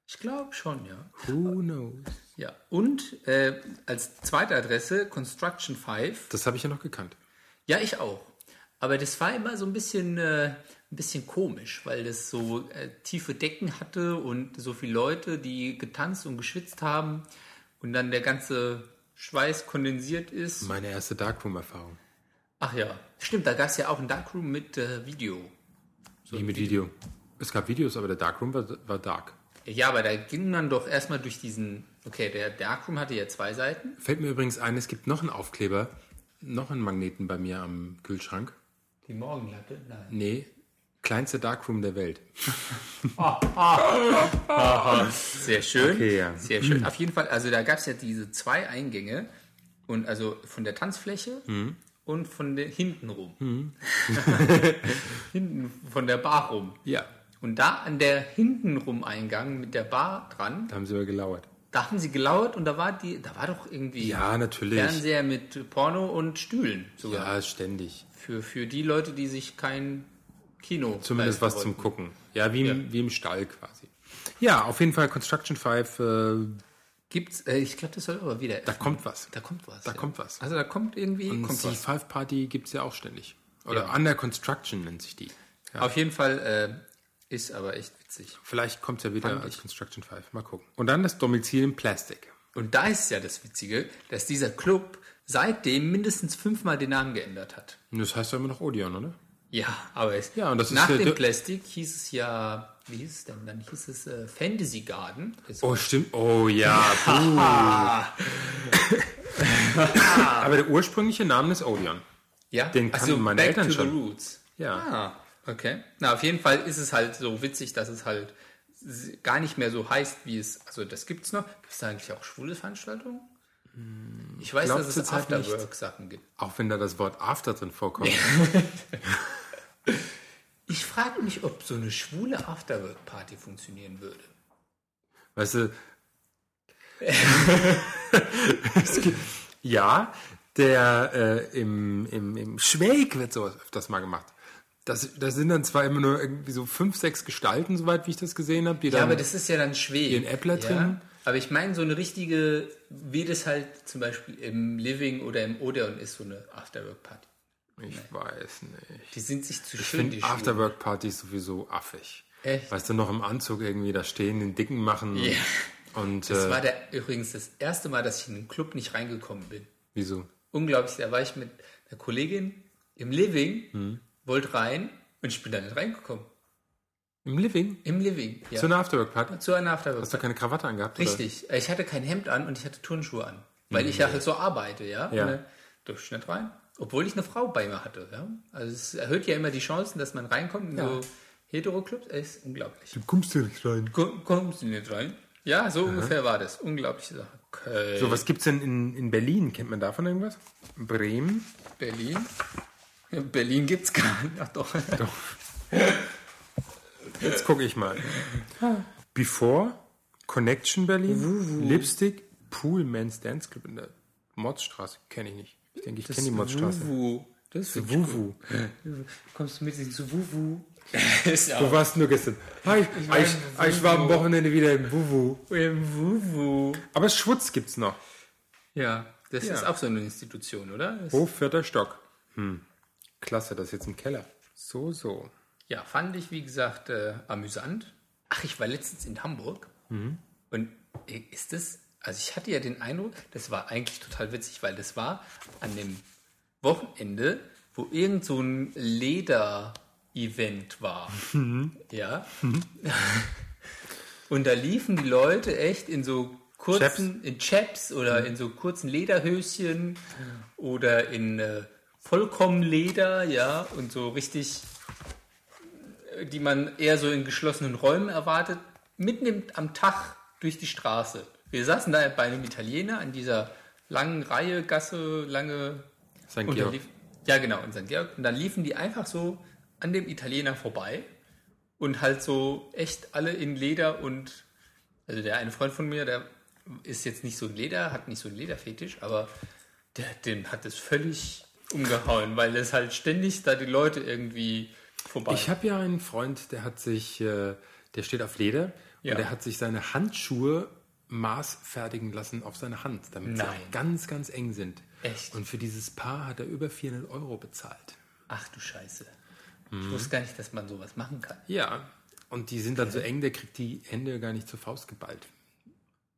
[SPEAKER 2] Ich glaube schon, ja.
[SPEAKER 1] Who knows?
[SPEAKER 2] Ja. Und äh, als zweite Adresse Construction 5.
[SPEAKER 1] Das habe ich ja noch gekannt.
[SPEAKER 2] Ja, ich auch. Aber das war immer so ein bisschen, äh, ein bisschen komisch, weil das so äh, tiefe Decken hatte und so viele Leute, die getanzt und geschwitzt haben und dann der ganze Schweiß kondensiert ist.
[SPEAKER 1] Meine erste Darkroom-Erfahrung.
[SPEAKER 2] Ach ja, stimmt, da gab es ja auch ein Darkroom mit äh, Video.
[SPEAKER 1] Wie mit Video. Es gab Videos, aber der Darkroom war, war dark.
[SPEAKER 2] Ja, aber da ging man doch erstmal durch diesen. Okay, der Darkroom hatte ja zwei Seiten.
[SPEAKER 1] Fällt mir übrigens ein, es gibt noch einen Aufkleber, noch einen Magneten bei mir am Kühlschrank.
[SPEAKER 2] Die Morgenlatte? Nein.
[SPEAKER 1] Nee, kleinster Darkroom der Welt.
[SPEAKER 2] Sehr schön.
[SPEAKER 1] Okay, ja. Mhm.
[SPEAKER 2] Sehr schön. Auf jeden Fall, also da gab es ja diese zwei Eingänge. Und also von der Tanzfläche
[SPEAKER 1] Mhm.
[SPEAKER 2] und von der hinten rum. hinten von der Bar rum.
[SPEAKER 1] Ja.
[SPEAKER 2] Und da an der hintenrum Eingang mit der Bar dran,
[SPEAKER 1] Da haben sie aber gelauert.
[SPEAKER 2] da haben sie gelauert und da war die, da war doch irgendwie
[SPEAKER 1] Ja, natürlich.
[SPEAKER 2] Fernseher mit Porno und Stühlen sogar.
[SPEAKER 1] Ja, ständig.
[SPEAKER 2] Für, für die Leute, die sich kein Kino.
[SPEAKER 1] Zumindest
[SPEAKER 2] leisten
[SPEAKER 1] was
[SPEAKER 2] wollten.
[SPEAKER 1] zum Gucken. Ja, wie, Im, wie im Stall quasi. Ja, auf jeden Fall Construction 5, äh,
[SPEAKER 2] Gibt's, äh, ich glaube, das soll aber wieder.
[SPEAKER 1] da kommt was.
[SPEAKER 2] da kommt was.
[SPEAKER 1] da kommt was.
[SPEAKER 2] Also da kommt irgendwie.
[SPEAKER 1] Und
[SPEAKER 2] kommt
[SPEAKER 1] die
[SPEAKER 2] was.
[SPEAKER 1] 5 Party gibt es ja auch ständig. Oder
[SPEAKER 2] Ja.
[SPEAKER 1] Under Construction nennt sich die.
[SPEAKER 2] Auf jeden Fall äh, ist aber echt witzig.
[SPEAKER 1] Vielleicht kommt es ja wieder als Construction 5. Mal gucken. Und dann das Domizil in Plastik.
[SPEAKER 2] Und da ist ja das Witzige, dass dieser Club seitdem mindestens fünfmal den Namen geändert hat.
[SPEAKER 1] Und das heißt ja immer noch Odeon, oder?
[SPEAKER 2] Ja, aber es,
[SPEAKER 1] Ja, und das ist
[SPEAKER 2] nach
[SPEAKER 1] der- der-
[SPEAKER 2] dem Plastik hieß es ja, wie hieß es denn? Dann hieß es äh, Fantasy Garden. Das-
[SPEAKER 1] Oh, stimmt. Oh ja. puh. Aber der ursprüngliche Name ist Odeon.
[SPEAKER 2] ja,
[SPEAKER 1] den kannten meine
[SPEAKER 2] Back
[SPEAKER 1] Eltern
[SPEAKER 2] to
[SPEAKER 1] schon.
[SPEAKER 2] the Roots.
[SPEAKER 1] Ja.
[SPEAKER 2] Ah, okay. Na, auf jeden Fall ist es halt so witzig, dass es halt s- gar nicht mehr so heißt, wie es. Also, das gibt's noch. Gibt es da eigentlich auch schwule Veranstaltungen? Ich weiß,
[SPEAKER 1] Hm, glaub
[SPEAKER 2] dass es
[SPEAKER 1] zurzeit nicht.
[SPEAKER 2] Afterwork-Sachen gibt.
[SPEAKER 1] Auch wenn da das Wort After drin vorkommt.
[SPEAKER 2] Ich frage mich, ob so eine schwule Afterwork-Party funktionieren würde.
[SPEAKER 1] Weißt du. Es gibt- ja, der äh, im, im, im Schwäg wird sowas öfters mal gemacht. Das, das sind dann zwar immer nur irgendwie so fünf, sechs Gestalten, soweit wie ich das gesehen habe, die
[SPEAKER 2] Ja,
[SPEAKER 1] dann.
[SPEAKER 2] aber das ist ja dann schwer.
[SPEAKER 1] Ihren Äppler drin?
[SPEAKER 2] Aber ich meine, so eine richtige, wie das halt zum Beispiel im Living oder im Odeon ist, so eine Afterwork-Party.
[SPEAKER 1] ich weiß nicht.
[SPEAKER 2] Die sind sich zu
[SPEAKER 1] Ich
[SPEAKER 2] schön, die
[SPEAKER 1] finde
[SPEAKER 2] Schwulen.
[SPEAKER 1] Afterwork-Partys sowieso affig.
[SPEAKER 2] Echt?
[SPEAKER 1] Weißt du, noch im Anzug irgendwie da stehen, den Dicken machen.
[SPEAKER 2] Ja.
[SPEAKER 1] Und
[SPEAKER 2] Das war
[SPEAKER 1] äh,
[SPEAKER 2] der, übrigens das erste Mal, dass ich in den Club nicht reingekommen bin.
[SPEAKER 1] wieso?
[SPEAKER 2] Unglaublich, da war ich mit einer Kollegin im Living,
[SPEAKER 1] Hm.
[SPEAKER 2] wollte rein und ich bin da nicht reingekommen.
[SPEAKER 1] Im Living?
[SPEAKER 2] Im Living. Ja.
[SPEAKER 1] Zu einer Afterwork-Party?
[SPEAKER 2] Zu einer
[SPEAKER 1] Hast du
[SPEAKER 2] Afterwork.
[SPEAKER 1] keine Krawatte angehabt?
[SPEAKER 2] Richtig. Ich hatte kein Hemd an und ich hatte Turnschuhe an. Weil ich ja halt so arbeite, ja.
[SPEAKER 1] Mhm. Ja.
[SPEAKER 2] Und dann durfte ich nicht rein. Obwohl ich eine Frau bei mir hatte, ja. Also es erhöht ja immer die Chancen, dass man reinkommt in so Hetero-Clubs. Es Ist unglaublich.
[SPEAKER 1] Oder? Du kommst du nicht rein.
[SPEAKER 2] Komm- Kommen Sie nicht rein? Ja, so ungefähr war das. Unglaubliche Sache. Okay.
[SPEAKER 1] So, was gibt's denn in, in Berlin? Kennt man davon irgendwas? Bremen?
[SPEAKER 2] Berlin? Ja, Berlin gibt's gar nicht. Ach doch.
[SPEAKER 1] Jetzt gucke ich mal. Before, Connection Berlin, Lipstick, Pool Men's Dance Club in der Motzstraße. Kenne ich nicht. Ich denke, ich kenne die Motzstraße.
[SPEAKER 2] Wuhu. Das ist
[SPEAKER 1] Wuhu.
[SPEAKER 2] Kommst du mit zu Wuhu? ist ja
[SPEAKER 1] Wo
[SPEAKER 2] auch
[SPEAKER 1] warst du gestern? Ah, Ich, ah, ich, ah, ich war am Wochenende wieder im Wuhu.
[SPEAKER 2] im Wuhu.
[SPEAKER 1] Aber Schwutz gibt's noch.
[SPEAKER 2] Ja, das
[SPEAKER 1] Ja. Oh,
[SPEAKER 2] ist auch so eine Institution, oder? Das,
[SPEAKER 1] Hof, vierter Stock. Hm. Klasse, das ist jetzt im Keller. So, so.
[SPEAKER 2] Ja, fand ich, wie gesagt, äh, amüsant. Ach, ich war letztens in Hamburg. Und äh, ist das, also ich hatte ja den Eindruck, das war eigentlich total witzig, weil das war an dem Wochenende, wo irgend so ein Leder-Event war. Ja. Und da liefen die Leute echt in so kurzen, in Chaps oder in so kurzen Lederhöschen oder in äh, Vollkommenleder, ja, und so richtig, äh, die man eher so in geschlossenen Räumen erwartet, mitten im, am Tag durch die Straße. Wir saßen da bei einem Italiener an dieser langen Reihe, Gasse, lange
[SPEAKER 1] St.
[SPEAKER 2] und dann
[SPEAKER 1] Georg.
[SPEAKER 2] lief, ja, genau, in St. Georg. Und dann liefen die einfach so an dem Italiener vorbei und halt so echt alle in Leder und, also der eine Freund von mir, der ist jetzt nicht so ein Leder, hat nicht so einen Lederfetisch, aber der, dem hat es völlig umgehauen, weil es halt ständig da die Leute irgendwie vorbei.
[SPEAKER 1] Ich habe ja einen Freund, der hat sich, äh, der steht auf Leder
[SPEAKER 2] Ja.
[SPEAKER 1] und der hat sich seine Handschuhe maßfertigen lassen auf seine Hand, damit sie
[SPEAKER 2] Nein.
[SPEAKER 1] auch ganz, ganz eng sind.
[SPEAKER 2] Echt?
[SPEAKER 1] Und für dieses Paar hat er über 400 Euro bezahlt.
[SPEAKER 2] Ach du Scheiße.
[SPEAKER 1] Mhm.
[SPEAKER 2] Ich wusste gar nicht, dass man sowas machen kann.
[SPEAKER 1] Ja. Und die sind dann so eng, der kriegt die Hände gar nicht zur Faust geballt.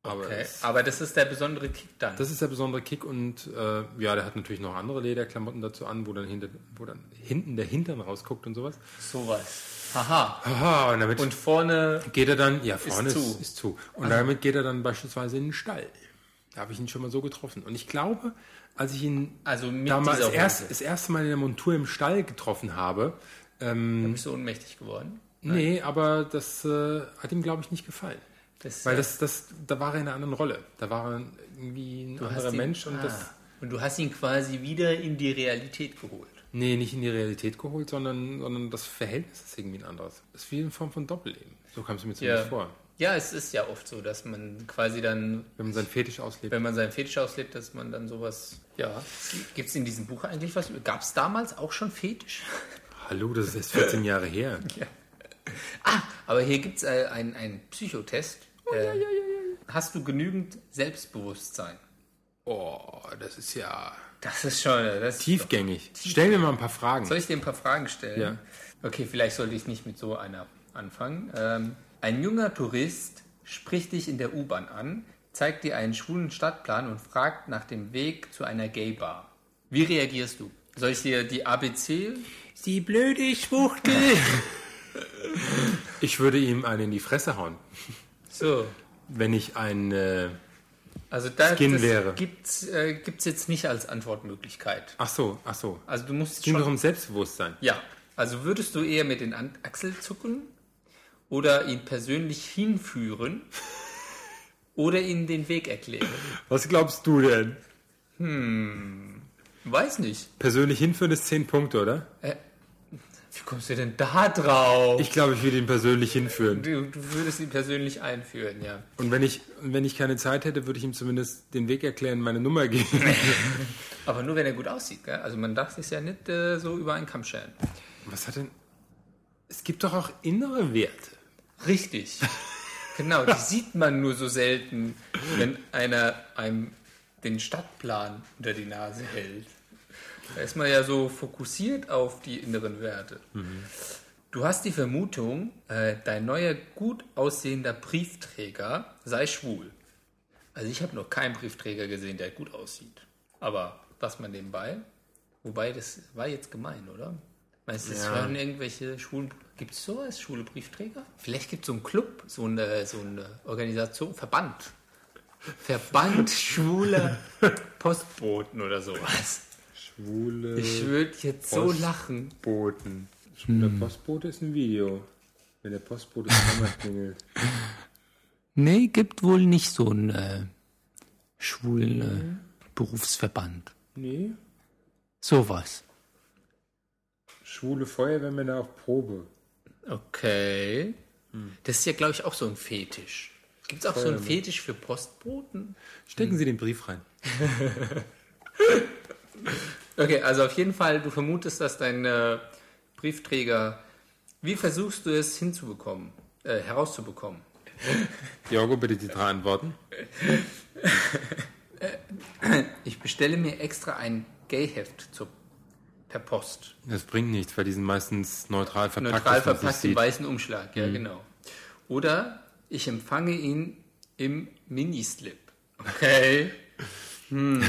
[SPEAKER 1] Aber
[SPEAKER 2] Okay.
[SPEAKER 1] es,
[SPEAKER 2] Aber das ist der besondere Kick dann.
[SPEAKER 1] das ist der besondere Kick und äh, ja, der hat natürlich noch andere Lederklamotten dazu an, wo dann, hinter, wo dann hinten der Hintern rausguckt und sowas.
[SPEAKER 2] sowas. Haha.
[SPEAKER 1] Aha, und damit
[SPEAKER 2] Und vorne
[SPEAKER 1] geht er dann, ja, vorne ist,
[SPEAKER 2] zu. Also
[SPEAKER 1] ist, zu. Und damit geht er dann beispielsweise in den Stall. Da habe ich ihn schon mal so getroffen. Und ich glaube, als ich ihn
[SPEAKER 2] Also mit
[SPEAKER 1] damals
[SPEAKER 2] dieser
[SPEAKER 1] das, erst,
[SPEAKER 2] Hose.
[SPEAKER 1] das erste Mal in der Montur im Stall getroffen habe, Mhm.
[SPEAKER 2] bist du ohnmächtig geworden.
[SPEAKER 1] nee, aber das äh, hat ihm, glaube ich, nicht gefallen.
[SPEAKER 2] Das,
[SPEAKER 1] Weil das, das, da war er in einer anderen Rolle. Da war er irgendwie ein
[SPEAKER 2] hast
[SPEAKER 1] anderer
[SPEAKER 2] ihn-
[SPEAKER 1] Mensch und
[SPEAKER 2] ah.
[SPEAKER 1] das.
[SPEAKER 2] Und du hast ihn quasi wieder in die Realität geholt.
[SPEAKER 1] Nee, nicht in die Realität geholt, sondern, sondern das Verhältnis ist irgendwie ein anderes. Das ist wie eine Form von Doppelleben. So kam es mir zumindest vor.
[SPEAKER 2] ja, es ist ja oft so, dass man quasi dann,
[SPEAKER 1] Wenn man seinen Fetisch auslebt.
[SPEAKER 2] wenn man seinen Fetisch auslebt, dass man dann sowas. Ja. Gibt es in diesem Buch eigentlich was? Gab es damals auch schon Fetisch?
[SPEAKER 1] Hallo, das ist erst 14 Jahre her.
[SPEAKER 2] Aber hier gibt es äh, einen, einen Psychotest.
[SPEAKER 1] Oh,
[SPEAKER 2] äh, Hast du genügend Selbstbewusstsein?
[SPEAKER 1] Oh, das ist ja
[SPEAKER 2] Das ist schon. Das
[SPEAKER 1] tiefgängig. Stell mir mal ein paar Fragen.
[SPEAKER 2] Soll ich dir ein paar Fragen stellen?
[SPEAKER 1] Ja.
[SPEAKER 2] Okay, vielleicht sollte ich nicht mit so einer anfangen. Ähm, ein junger Tourist spricht dich in der U-Bahn an, zeigt dir einen schwulen Stadtplan und fragt nach dem Weg zu einer Gay-Bar. Wie reagierst du? Soll ich dir die ABC?
[SPEAKER 1] Die blöde Schwuchtel. ich würde ihm einen in die Fresse hauen,
[SPEAKER 2] So.
[SPEAKER 1] wenn ich ein... Äh,
[SPEAKER 2] Also da,
[SPEAKER 1] Skin
[SPEAKER 2] das
[SPEAKER 1] wäre.
[SPEAKER 2] gibt's äh, gibt's jetzt nicht als Antwortmöglichkeit.
[SPEAKER 1] ach so, ach so.
[SPEAKER 2] Also du musst
[SPEAKER 1] Ging
[SPEAKER 2] schon
[SPEAKER 1] doch um Selbstbewusstsein.
[SPEAKER 2] Ja, also würdest du eher mit den An Achseln zucken oder ihn persönlich hinführen oder ihm den Weg erklären?
[SPEAKER 1] Was glaubst du denn?
[SPEAKER 2] Weiß nicht.
[SPEAKER 1] Persönlich hinführen ist 10 Punkte, oder?
[SPEAKER 2] Wie kommst du denn da drauf?
[SPEAKER 1] Ich glaube, ich würde ihn persönlich hinführen.
[SPEAKER 2] du, du würdest ihn persönlich einführen, ja.
[SPEAKER 1] Und wenn ich, wenn ich keine Zeit hätte, würde ich ihm zumindest den Weg erklären, meine Nummer geben.
[SPEAKER 2] Aber nur, wenn er gut aussieht, gell? Also man darf sich ja nicht äh, so über einen Kamm scheren.
[SPEAKER 1] Was hat denn... Es gibt doch auch innere Werte.
[SPEAKER 2] Richtig. genau, die sieht man nur so selten, wenn einer einem den Stadtplan unter die Nase hält. Da ist man ja so fokussiert auf die inneren Werte. Du hast die Vermutung, äh, dein neuer gut aussehender Briefträger sei schwul. Also ich habe noch keinen Briefträger gesehen, der gut aussieht. Aber das mal nebenbei. Wobei, das war jetzt gemein, oder? Meinst du, es
[SPEAKER 1] Ja.
[SPEAKER 2] hören irgendwelche schwulen... Gibt es sowas, schwule Briefträger? Vielleicht gibt es so einen Club, so eine, so eine Organisation, Verband. Verband schwuler Postboten oder sowas.
[SPEAKER 1] Schwule...
[SPEAKER 2] Ich würde jetzt so lachen.
[SPEAKER 1] Postboten. Der Postbote ist ein Video. Wenn der Postbote zweimal klingelt.
[SPEAKER 2] Nee, gibt wohl nicht so einen äh, schwulen äh, Berufsverband.
[SPEAKER 1] Nee.
[SPEAKER 2] Sowas.
[SPEAKER 1] Schwule Feuerwehrmänner auf Probe.
[SPEAKER 2] Okay. Das ist ja, glaube ich, auch so ein Fetisch. Gibt es auch so einen Fetisch für Postboten?
[SPEAKER 1] Stecken Sie den Brief rein.
[SPEAKER 2] Okay, also auf jeden Fall, du vermutest, dass dein äh, Briefträger. Wie versuchst du es hinzubekommen, äh, herauszubekommen?
[SPEAKER 1] Jorgo, bitte die drei Antworten.
[SPEAKER 2] Ich bestelle mir extra ein Gay-Heft zur- per Post.
[SPEAKER 1] Das bringt nichts, weil die sind meistens neutral verpackt.
[SPEAKER 2] Neutral
[SPEAKER 1] dass man es
[SPEAKER 2] verpackt
[SPEAKER 1] nicht
[SPEAKER 2] im weißen Umschlag, ja, genau. Oder ich empfange ihn im Minislip. Okay. Hm.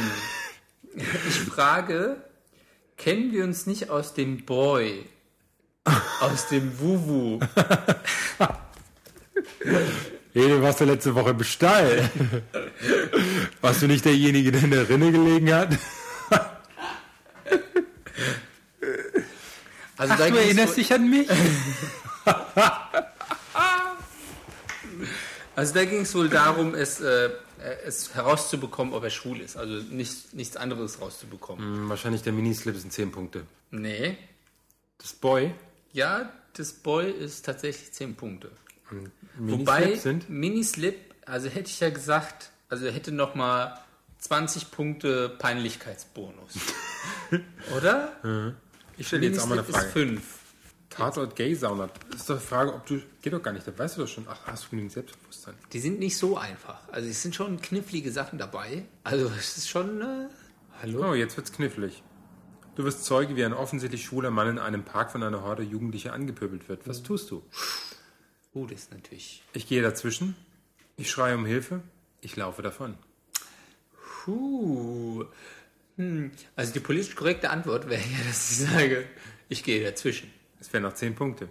[SPEAKER 2] Ich frage, kennen wir uns nicht aus dem Boy? Aus dem Wuwu?
[SPEAKER 1] Hey, du warst ja letzte Woche im Stall. Warst du nicht derjenige, der in der Rinne gelegen hat?
[SPEAKER 2] Also da ging's wohl-
[SPEAKER 1] dich an mich?
[SPEAKER 2] Also da ging es wohl darum, es, äh, es herauszubekommen, ob er schwul ist. Also nicht, nichts anderes
[SPEAKER 1] Mhm.
[SPEAKER 2] rauszubekommen.
[SPEAKER 1] Wahrscheinlich der Minislips sind 10 Punkte.
[SPEAKER 2] Nee.
[SPEAKER 1] Das Boy.
[SPEAKER 2] Ja, das Boy ist tatsächlich 10 Punkte.
[SPEAKER 1] Minislips
[SPEAKER 2] Wobei
[SPEAKER 1] sind.
[SPEAKER 2] Minislip, also hätte ich ja gesagt, also er hätte noch mal 20 Punkte Peinlichkeitsbonus. Oder?
[SPEAKER 1] Ich stelle Mhm. jetzt auch mal eine
[SPEAKER 2] Minislip
[SPEAKER 1] Frage.
[SPEAKER 2] ist 5.
[SPEAKER 1] Tatort Gay Sauna. Ist doch die Frage, ob du. Geht doch gar nicht, das weißt du doch schon. Ach, hast du genügend Selbstbewusstsein?
[SPEAKER 2] Die sind nicht so einfach. Also es sind schon knifflige Sachen dabei. Also es ist schon... Äh, hallo?
[SPEAKER 1] Oh, jetzt wird's knifflig. Du wirst Zeuge, wie ein offensichtlich schwuler Mann in einem Park von einer Horde Jugendlicher angepöbelt wird.
[SPEAKER 2] Mhm.
[SPEAKER 1] Was tust du?
[SPEAKER 2] Oh, das ist natürlich...
[SPEAKER 1] Ich gehe dazwischen. Ich schreie um Hilfe. Ich laufe davon.
[SPEAKER 2] Puh. Uh, Hm. Also die politisch korrekte Antwort wäre ja, dass ich sage, ich gehe dazwischen.
[SPEAKER 1] Es wären noch 10 Punkte.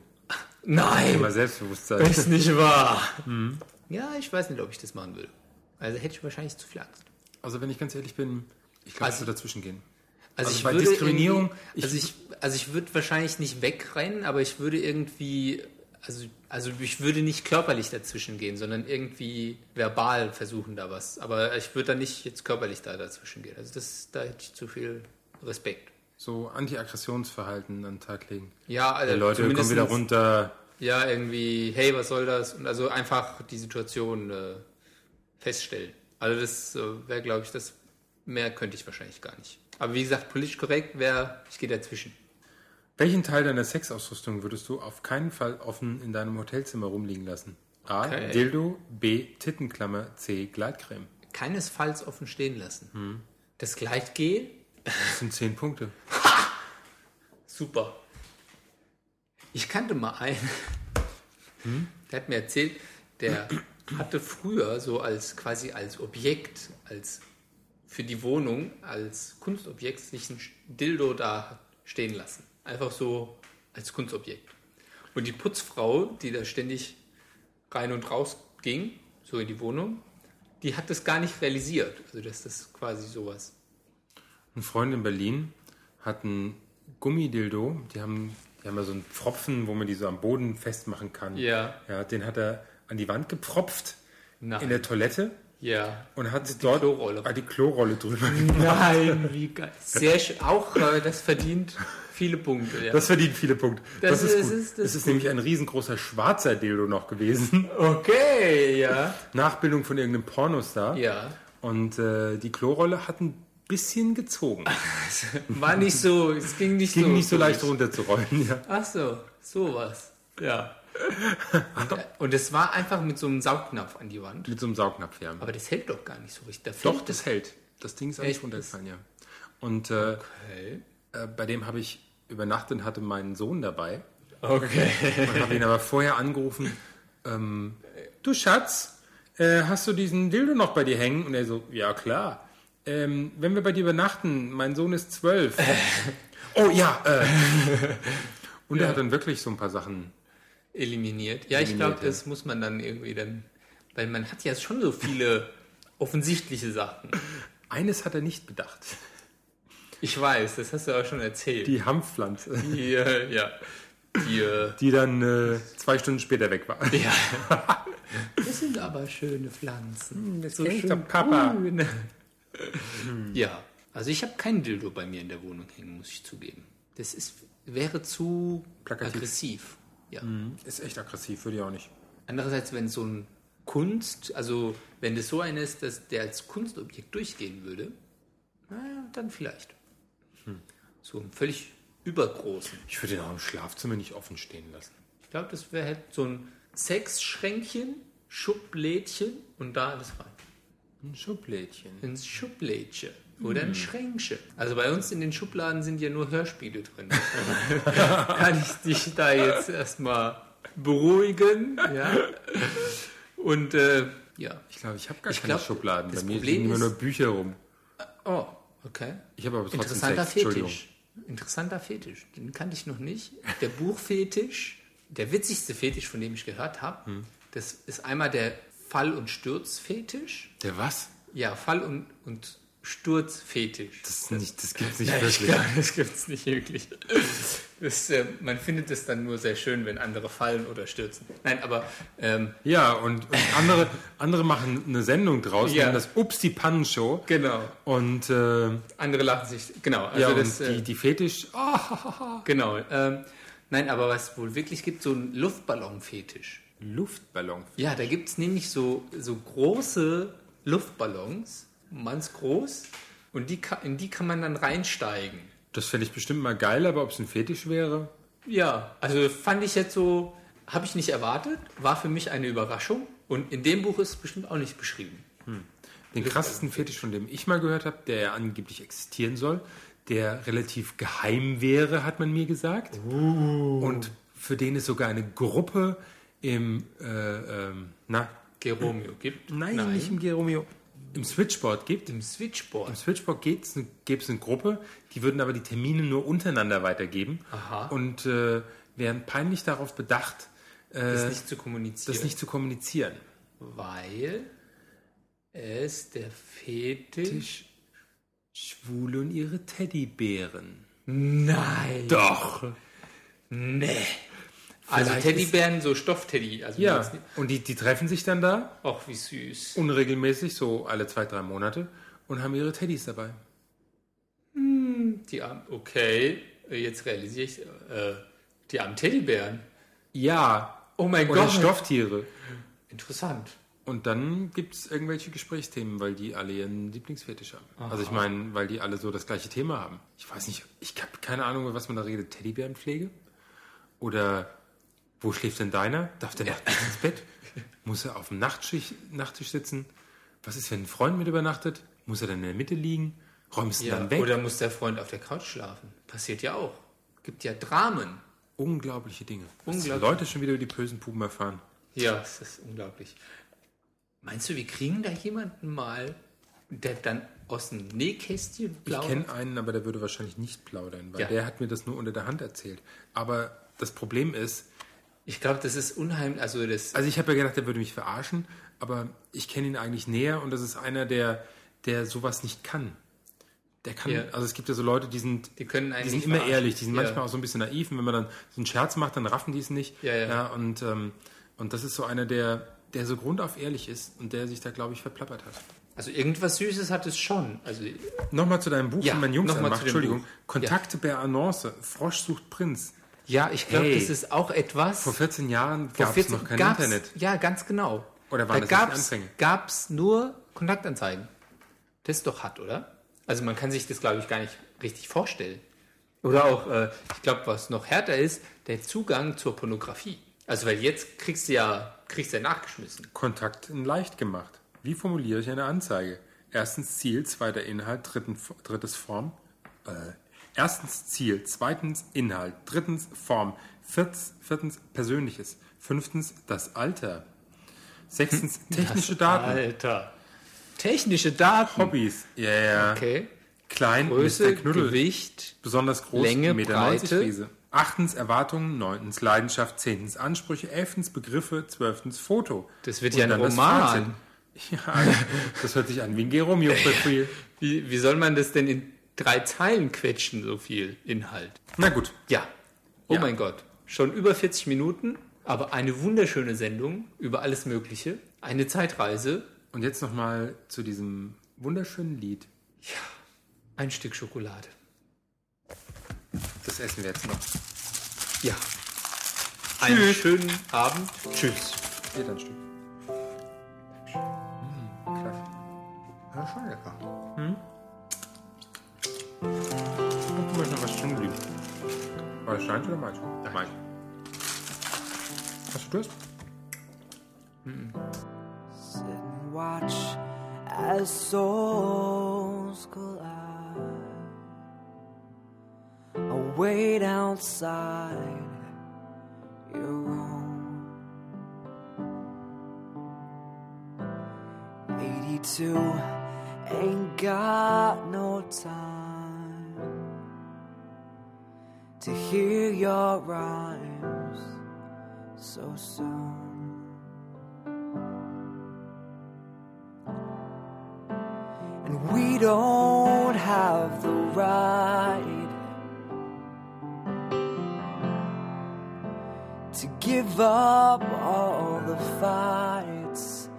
[SPEAKER 2] Nein,
[SPEAKER 1] Mal Selbstbewusstsein.
[SPEAKER 2] ist nicht wahr.
[SPEAKER 1] Hm.
[SPEAKER 2] Ja, ich weiß nicht, ob ich das machen würde. Also hätte ich wahrscheinlich zu viel Angst.
[SPEAKER 1] Also, wenn ich ganz ehrlich bin, ich glaube,
[SPEAKER 2] Also-
[SPEAKER 1] also, dazwischen gehen.
[SPEAKER 2] Also,
[SPEAKER 1] Also
[SPEAKER 2] ich
[SPEAKER 1] bei
[SPEAKER 2] würde
[SPEAKER 1] Diskriminierung,
[SPEAKER 2] irgendwie- Also ich, also ich würde wahrscheinlich nicht wegrennen, aber ich würde irgendwie, also, also ich würde nicht körperlich dazwischen gehen, sondern irgendwie verbal versuchen da was. Aber ich würde da nicht jetzt körperlich da dazwischen gehen. Also das, da hätte ich zu viel Respekt.
[SPEAKER 1] So Anti-Aggressionsverhalten an den Tag legen.
[SPEAKER 2] Ja, also
[SPEAKER 1] Die Leute kommen wieder
[SPEAKER 2] zumindestens-
[SPEAKER 1] runter.
[SPEAKER 2] Ja, irgendwie, hey, was soll das? Und also einfach die Situation äh, feststellen. Also das äh, wäre, glaube ich, das mehr könnte ich wahrscheinlich gar nicht. Aber wie gesagt, politisch korrekt wäre, ich gehe dazwischen.
[SPEAKER 1] Welchen Teil deiner Sexausrüstung würdest du auf keinen Fall offen in deinem Hotelzimmer rumliegen lassen? A.
[SPEAKER 2] Okay.
[SPEAKER 1] Dildo. B. Tittenklammer. C. Gleitcreme.
[SPEAKER 2] Keinesfalls offen stehen lassen. Das Gleitgel,
[SPEAKER 1] Das sind 10 Punkte.
[SPEAKER 2] super. Ich kannte mal einen, der hat mir erzählt, der hatte früher so als quasi als Objekt, als für die Wohnung als Kunstobjekt sich ein Dildo da stehen lassen. Einfach so als Kunstobjekt. Und die Putzfrau, die da ständig rein und raus ging, so in die Wohnung, die hat das gar nicht realisiert. Also dass das quasi sowas.
[SPEAKER 1] Ein Freund in Berlin hat ein Gummidildo. Die haben, die haben ja so einen Pfropfen, wo man die so am Boden festmachen kann.
[SPEAKER 2] Ja.
[SPEAKER 1] Ja, den hat er an die Wand gepfropft
[SPEAKER 2] Nein.
[SPEAKER 1] in der Toilette
[SPEAKER 2] ja.
[SPEAKER 1] und hat dort
[SPEAKER 2] Klorolle.
[SPEAKER 1] Ah, die Klorolle drüber.
[SPEAKER 2] Nein, wie geil. Sehr schön. Auch äh, das verdient viele Punkte. Ja.
[SPEAKER 1] Das verdient viele Punkte. Das, ist,
[SPEAKER 2] Das ist-
[SPEAKER 1] gut.
[SPEAKER 2] ist- das
[SPEAKER 1] es
[SPEAKER 2] ist
[SPEAKER 1] ist nämlich ein riesengroßer schwarzer Dildo noch gewesen.
[SPEAKER 2] okay, ja.
[SPEAKER 1] Nachbildung von irgendeinem Pornostar.
[SPEAKER 2] Ja.
[SPEAKER 1] Und äh, die Klorolle hat ein bisschen gezogen.
[SPEAKER 2] War nicht so, es ging nicht so.
[SPEAKER 1] Ging nicht so leicht runterzurollen. Ja.
[SPEAKER 2] Ach so, sowas. Ja. Und, äh, und es war einfach mit so einem Saugnapf an die Wand.
[SPEAKER 1] Mit so einem Saugnapf, ja.
[SPEAKER 2] Aber das hält doch gar nicht so richtig. Da
[SPEAKER 1] Doch,
[SPEAKER 2] fehlt
[SPEAKER 1] das hält. Das Ding ist eigentlich
[SPEAKER 2] Echt?
[SPEAKER 1] runtergefallen, ja. Und äh,
[SPEAKER 2] Okay.
[SPEAKER 1] äh, bei dem habe ich übernachtet und hatte meinen Sohn dabei.
[SPEAKER 2] Okay.
[SPEAKER 1] Und habe ihn aber vorher angerufen. Ähm, du Schatz, äh, hast du diesen Dildo noch bei dir hängen? Und er so, ja klar. Ähm, wenn wir bei dir übernachten, mein Sohn ist zwölf. oh ja. Äh. Und er hat dann wirklich so ein paar Sachen.
[SPEAKER 2] Eliminiert. Ja, ich
[SPEAKER 1] Eliminiert,
[SPEAKER 2] glaube, das muss man dann irgendwie dann. Weil man hat ja schon so viele offensichtliche Sachen.
[SPEAKER 1] Eines hat er nicht bedacht.
[SPEAKER 2] Ich weiß, das hast du auch schon erzählt.
[SPEAKER 1] Die Hanfpflanze,
[SPEAKER 2] Die, äh, ja. Die, äh,
[SPEAKER 1] die dann äh, zwei Stunden später weg war.
[SPEAKER 2] ja. Das sind aber schöne Pflanzen. Das so
[SPEAKER 1] klingt doch Papa. Hm.
[SPEAKER 2] grün. Ja, also ich habe kein Dildo bei mir in der Wohnung hängen, muss ich zugeben. Das ist, wäre zu
[SPEAKER 1] Plakativ. Hm.
[SPEAKER 2] aggressiv. Ja.
[SPEAKER 1] Ist echt aggressiv, würde ich auch nicht.
[SPEAKER 2] Andererseits, wenn so ein Kunst, also wenn das so einer ist, dass der als Kunstobjekt durchgehen würde, naja, dann vielleicht.
[SPEAKER 1] Hm.
[SPEAKER 2] So einen völlig übergroßen.
[SPEAKER 1] Ich würde ihn auch im Schlafzimmer nicht offen stehen lassen.
[SPEAKER 2] Ich glaube, das wäre halt so ein Sexschränkchen, Schublädchen und da alles rein.
[SPEAKER 1] Ein Schublädchen.
[SPEAKER 2] Ein Schublädchen oder
[SPEAKER 1] Hm.
[SPEAKER 2] ein Schränkchen. Also bei uns in den Schubladen sind ja nur Hörspiele drin. Kann ich dich da jetzt erstmal beruhigen? Ja. Und äh, ja.
[SPEAKER 1] Ich glaube, ich habe gar
[SPEAKER 2] Ich
[SPEAKER 1] keine
[SPEAKER 2] glaub,
[SPEAKER 1] Schubladen. Bei
[SPEAKER 2] das
[SPEAKER 1] mir
[SPEAKER 2] Problem
[SPEAKER 1] liegen immer
[SPEAKER 2] ist-
[SPEAKER 1] nur Bücher rum.
[SPEAKER 2] Oh, okay.
[SPEAKER 1] Ich habe aber trotzdem
[SPEAKER 2] Interessanter
[SPEAKER 1] Sex, Entschuldigung.
[SPEAKER 2] Fetisch. Interessanter Fetisch. Den kannte ich noch nicht. Der
[SPEAKER 1] Hm.
[SPEAKER 2] Buchfetisch, der witzigste Fetisch, von dem ich gehört habe, das ist einmal der Fall- und Sturzfetisch?
[SPEAKER 5] Der was?
[SPEAKER 2] Ja, Fall- und, und Sturzfetisch.
[SPEAKER 5] Das, ist nicht, das gibt's nicht
[SPEAKER 2] Ja, ich
[SPEAKER 5] wirklich.
[SPEAKER 2] glaube, das gibt es nicht wirklich. Das, äh, man findet es dann nur sehr schön, wenn andere fallen oder stürzen. Nein, aber ähm,
[SPEAKER 1] Ja, und, und andere, andere machen eine Sendung draus,
[SPEAKER 2] Ja.
[SPEAKER 1] nennen das Ups die Pannenshow.
[SPEAKER 2] genau.
[SPEAKER 1] Und, äh,
[SPEAKER 2] Andere lachen sich. Genau. Also
[SPEAKER 1] ja,
[SPEAKER 2] das,
[SPEAKER 1] und
[SPEAKER 2] äh,
[SPEAKER 1] die, die Fetisch. Oh,
[SPEAKER 2] genau. Ähm, nein, aber was wohl wirklich gibt, so ein Luftballonfetisch.
[SPEAKER 1] Luftballon.
[SPEAKER 2] Ja, da gibt es nämlich so, so große Luftballons, manns groß, und die ka- in die kann man dann reinsteigen.
[SPEAKER 1] Das fände ich bestimmt mal geil, aber ob es ein Fetisch wäre?
[SPEAKER 2] Ja, also fand ich jetzt so, habe ich nicht erwartet, war für mich eine Überraschung und in dem Buch ist es bestimmt auch nicht beschrieben.
[SPEAKER 1] Den krassesten Fetisch, von dem ich mal gehört habe, der ja angeblich existieren soll, der relativ geheim wäre, hat man mir gesagt. Und für den es sogar eine Gruppe im, äh, ähm, na,
[SPEAKER 2] Geromeo gibt.
[SPEAKER 1] nein, nicht im Geromeo, im Switchboard gibt.
[SPEAKER 2] im Switchboard.
[SPEAKER 1] Im Switchboard gäbe es eine Gruppe, die würden aber die Termine nur untereinander weitergeben
[SPEAKER 2] Aha.
[SPEAKER 1] und äh, wären peinlich darauf bedacht,
[SPEAKER 2] Das
[SPEAKER 1] äh,
[SPEAKER 2] ist nicht zu kommunizieren.
[SPEAKER 1] das nicht zu kommunizieren.
[SPEAKER 2] weil es der Fetisch.
[SPEAKER 1] Tisch, Schwule und ihre Teddybären.
[SPEAKER 2] Nein.
[SPEAKER 1] Doch.
[SPEAKER 2] Nee. Also
[SPEAKER 1] Vielleicht
[SPEAKER 2] Teddybären, so Stoffteddy. Also
[SPEAKER 1] Ja,
[SPEAKER 2] jetzt nicht-
[SPEAKER 1] und die, die treffen sich dann da
[SPEAKER 2] Ach, wie süß.
[SPEAKER 1] unregelmäßig, so alle zwei, drei Monate und haben ihre Teddys dabei.
[SPEAKER 2] Die armen, okay, jetzt realisiere ich, äh, die armen Teddybären.
[SPEAKER 1] Ja,
[SPEAKER 2] Oh mein
[SPEAKER 1] oder
[SPEAKER 2] Gott.
[SPEAKER 1] Stofftiere.
[SPEAKER 2] Interessant.
[SPEAKER 1] Und dann gibt es irgendwelche Gesprächsthemen, weil die alle ihren Lieblingsfetisch haben. Also ich meine, weil die alle so das gleiche Thema haben. Ich weiß nicht, ich habe keine Ahnung, über was man da redet. Teddybärenpflege? Oder wo schläft denn deiner? Darf der nachts ins Bett? Muss er auf dem Nachttisch, Nachttisch sitzen? Was ist, wenn ein Freund mit übernachtet? Muss er dann in der Mitte liegen? Räumst du
[SPEAKER 2] Ja,
[SPEAKER 1] dann weg?
[SPEAKER 2] oder muss der Freund auf der Couch schlafen? Passiert ja auch. Gibt ja Dramen.
[SPEAKER 1] Unglaubliche Dinge. Was die
[SPEAKER 2] Unglaublich.
[SPEAKER 1] Leute schon wieder über die bösen Puben erfahren.
[SPEAKER 2] Ja, das ist unglaublich. Meinst du, wir kriegen da jemanden mal, der dann aus dem Nähkästchen
[SPEAKER 1] Ich
[SPEAKER 2] plaudert?
[SPEAKER 1] kenne einen, aber der würde wahrscheinlich nicht plaudern, weil
[SPEAKER 2] Ja.
[SPEAKER 1] der hat mir das nur unter der Hand erzählt. Aber das Problem ist,
[SPEAKER 2] Ich glaube, das ist unheimlich. Also das.
[SPEAKER 1] also ich habe ja gedacht, der würde mich verarschen, aber ich kenne ihn eigentlich näher und das ist einer, der, der sowas nicht kann. Der kann,
[SPEAKER 2] Ja.
[SPEAKER 1] also es gibt ja so Leute, die sind,
[SPEAKER 2] Die können einen
[SPEAKER 1] die sind
[SPEAKER 2] nicht
[SPEAKER 1] immer
[SPEAKER 2] verarschen.
[SPEAKER 1] ehrlich, die sind
[SPEAKER 2] Ja.
[SPEAKER 1] manchmal auch so ein bisschen naiv und wenn man dann so einen Scherz macht, dann raffen die es nicht.
[SPEAKER 2] Ja, ja.
[SPEAKER 1] und, ähm, und das ist so einer, der, der so grundauf ehrlich ist und der sich da, glaube ich, verplappert hat.
[SPEAKER 2] Also irgendwas Süßes hat es schon. Also
[SPEAKER 1] Nochmal zu deinem Buch,
[SPEAKER 2] Ja,
[SPEAKER 1] von meinen Jungs
[SPEAKER 2] nochmal
[SPEAKER 1] anmacht,
[SPEAKER 2] zu dem
[SPEAKER 1] Entschuldigung.
[SPEAKER 2] Buch.
[SPEAKER 1] Kontakte per Annonce, Frosch sucht Prinz.
[SPEAKER 2] ja, ich glaube,
[SPEAKER 1] Hey.
[SPEAKER 2] das ist auch etwas.
[SPEAKER 1] Vor 14 Jahren
[SPEAKER 2] Vor
[SPEAKER 1] gab es
[SPEAKER 2] 14
[SPEAKER 1] noch kein
[SPEAKER 2] gab's-
[SPEAKER 1] Internet.
[SPEAKER 2] Ja, ganz genau.
[SPEAKER 1] Oder waren das
[SPEAKER 2] da
[SPEAKER 1] erst die
[SPEAKER 2] gab's,
[SPEAKER 1] Anfänge?
[SPEAKER 2] gab's nur Kontaktanzeigen. Das ist doch hat, oder? Also man kann sich das, glaube ich, gar nicht richtig vorstellen. Oder auch, äh, ich glaube, was noch härter ist, der Zugang zur Pornografie. Also weil jetzt kriegst du ja, kriegst du ja nachgeschmissen.
[SPEAKER 1] Kontakt in leicht gemacht. Wie formuliere ich eine Anzeige? Erstens Ziel, zweiter Inhalt, dritten, drittes Form. Äh, erstens Ziel, zweitens Inhalt, drittens Form, viertens, viertens Persönliches, fünftens das Alter, sechstens technische Daten,
[SPEAKER 2] Alter. Technische Daten.
[SPEAKER 1] Hobbys, ja, ja,
[SPEAKER 2] Okay.
[SPEAKER 1] klein,
[SPEAKER 2] Größe,
[SPEAKER 1] Mr. Knuddel,
[SPEAKER 2] Gewicht.
[SPEAKER 1] besonders groß,
[SPEAKER 2] Länge,
[SPEAKER 1] 1,90 Meter
[SPEAKER 2] Breite.
[SPEAKER 1] Riese. Achtens Erwartungen, neuntens Leidenschaft, zehntens Ansprüche, elftens Begriffe, zwölftens Foto.
[SPEAKER 2] Das wird
[SPEAKER 1] Und
[SPEAKER 2] ja ein
[SPEAKER 1] dann das
[SPEAKER 2] Roman.
[SPEAKER 1] Fazit. Ja, das hört sich an wie ein Geromeo-Profil.
[SPEAKER 2] Wie, wie soll man das denn in drei Zeilen quetschen, so viel Inhalt?
[SPEAKER 1] Na gut,
[SPEAKER 2] Ja. Oh
[SPEAKER 1] Ja.
[SPEAKER 2] mein Gott. Schon über 40 Minuten, aber eine wunderschöne Sendung über alles Mögliche. Eine Zeitreise,
[SPEAKER 1] und jetzt nochmal zu diesem wunderschönen Lied.
[SPEAKER 2] ein Stück Schokolade.
[SPEAKER 1] Das essen wir jetzt noch.
[SPEAKER 2] Ja. Einen schönen Abend. Tschüss.
[SPEAKER 1] Geht ein Stück. Mmh, klasse. Ja, schon lecker. Hm? Guck mal, ist noch was stehen geblieben. War Oh, das deins oder meins? Meins. Hast du Durst?
[SPEAKER 3] Sit and watch as souls collide. I wait outside your room. 82 ain't got no time to hear your rhymes so soon. We don't have the right to give up all the fights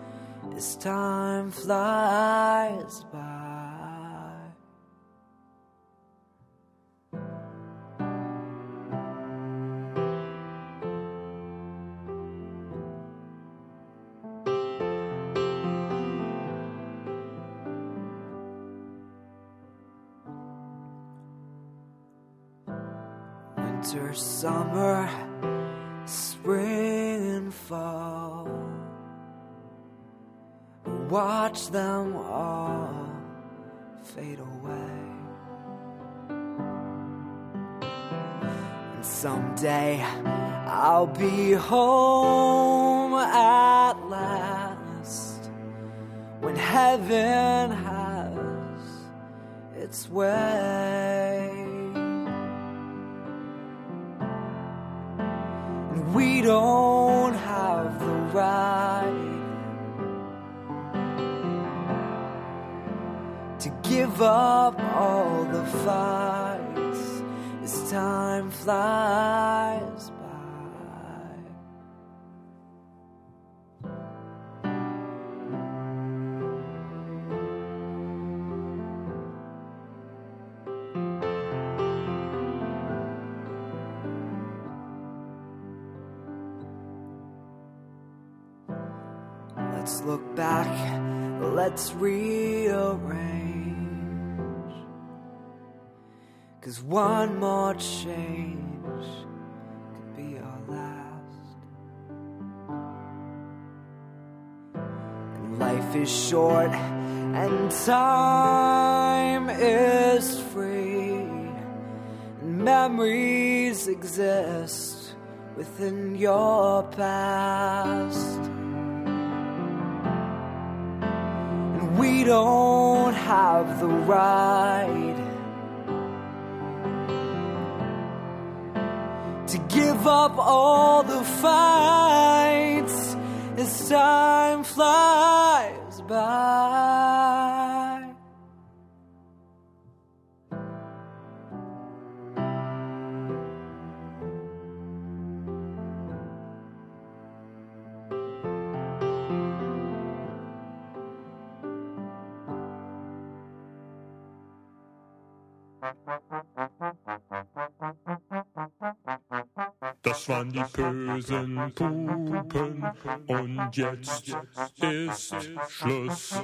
[SPEAKER 3] as time flies by. Winter, summer, spring, and fall. Watch them all fade away. And someday I'll be home at last when heaven has its way. And we don't have the right to give up all the fights as time flies by. Let's look back, let's rearrange. Cause one more change could be our last. And life is short, and time is free. And memories exist within your past. And we don't have the right to give up all the fights as time flies by.
[SPEAKER 5] Das waren die bösen Pupen und jetzt ist Schluss.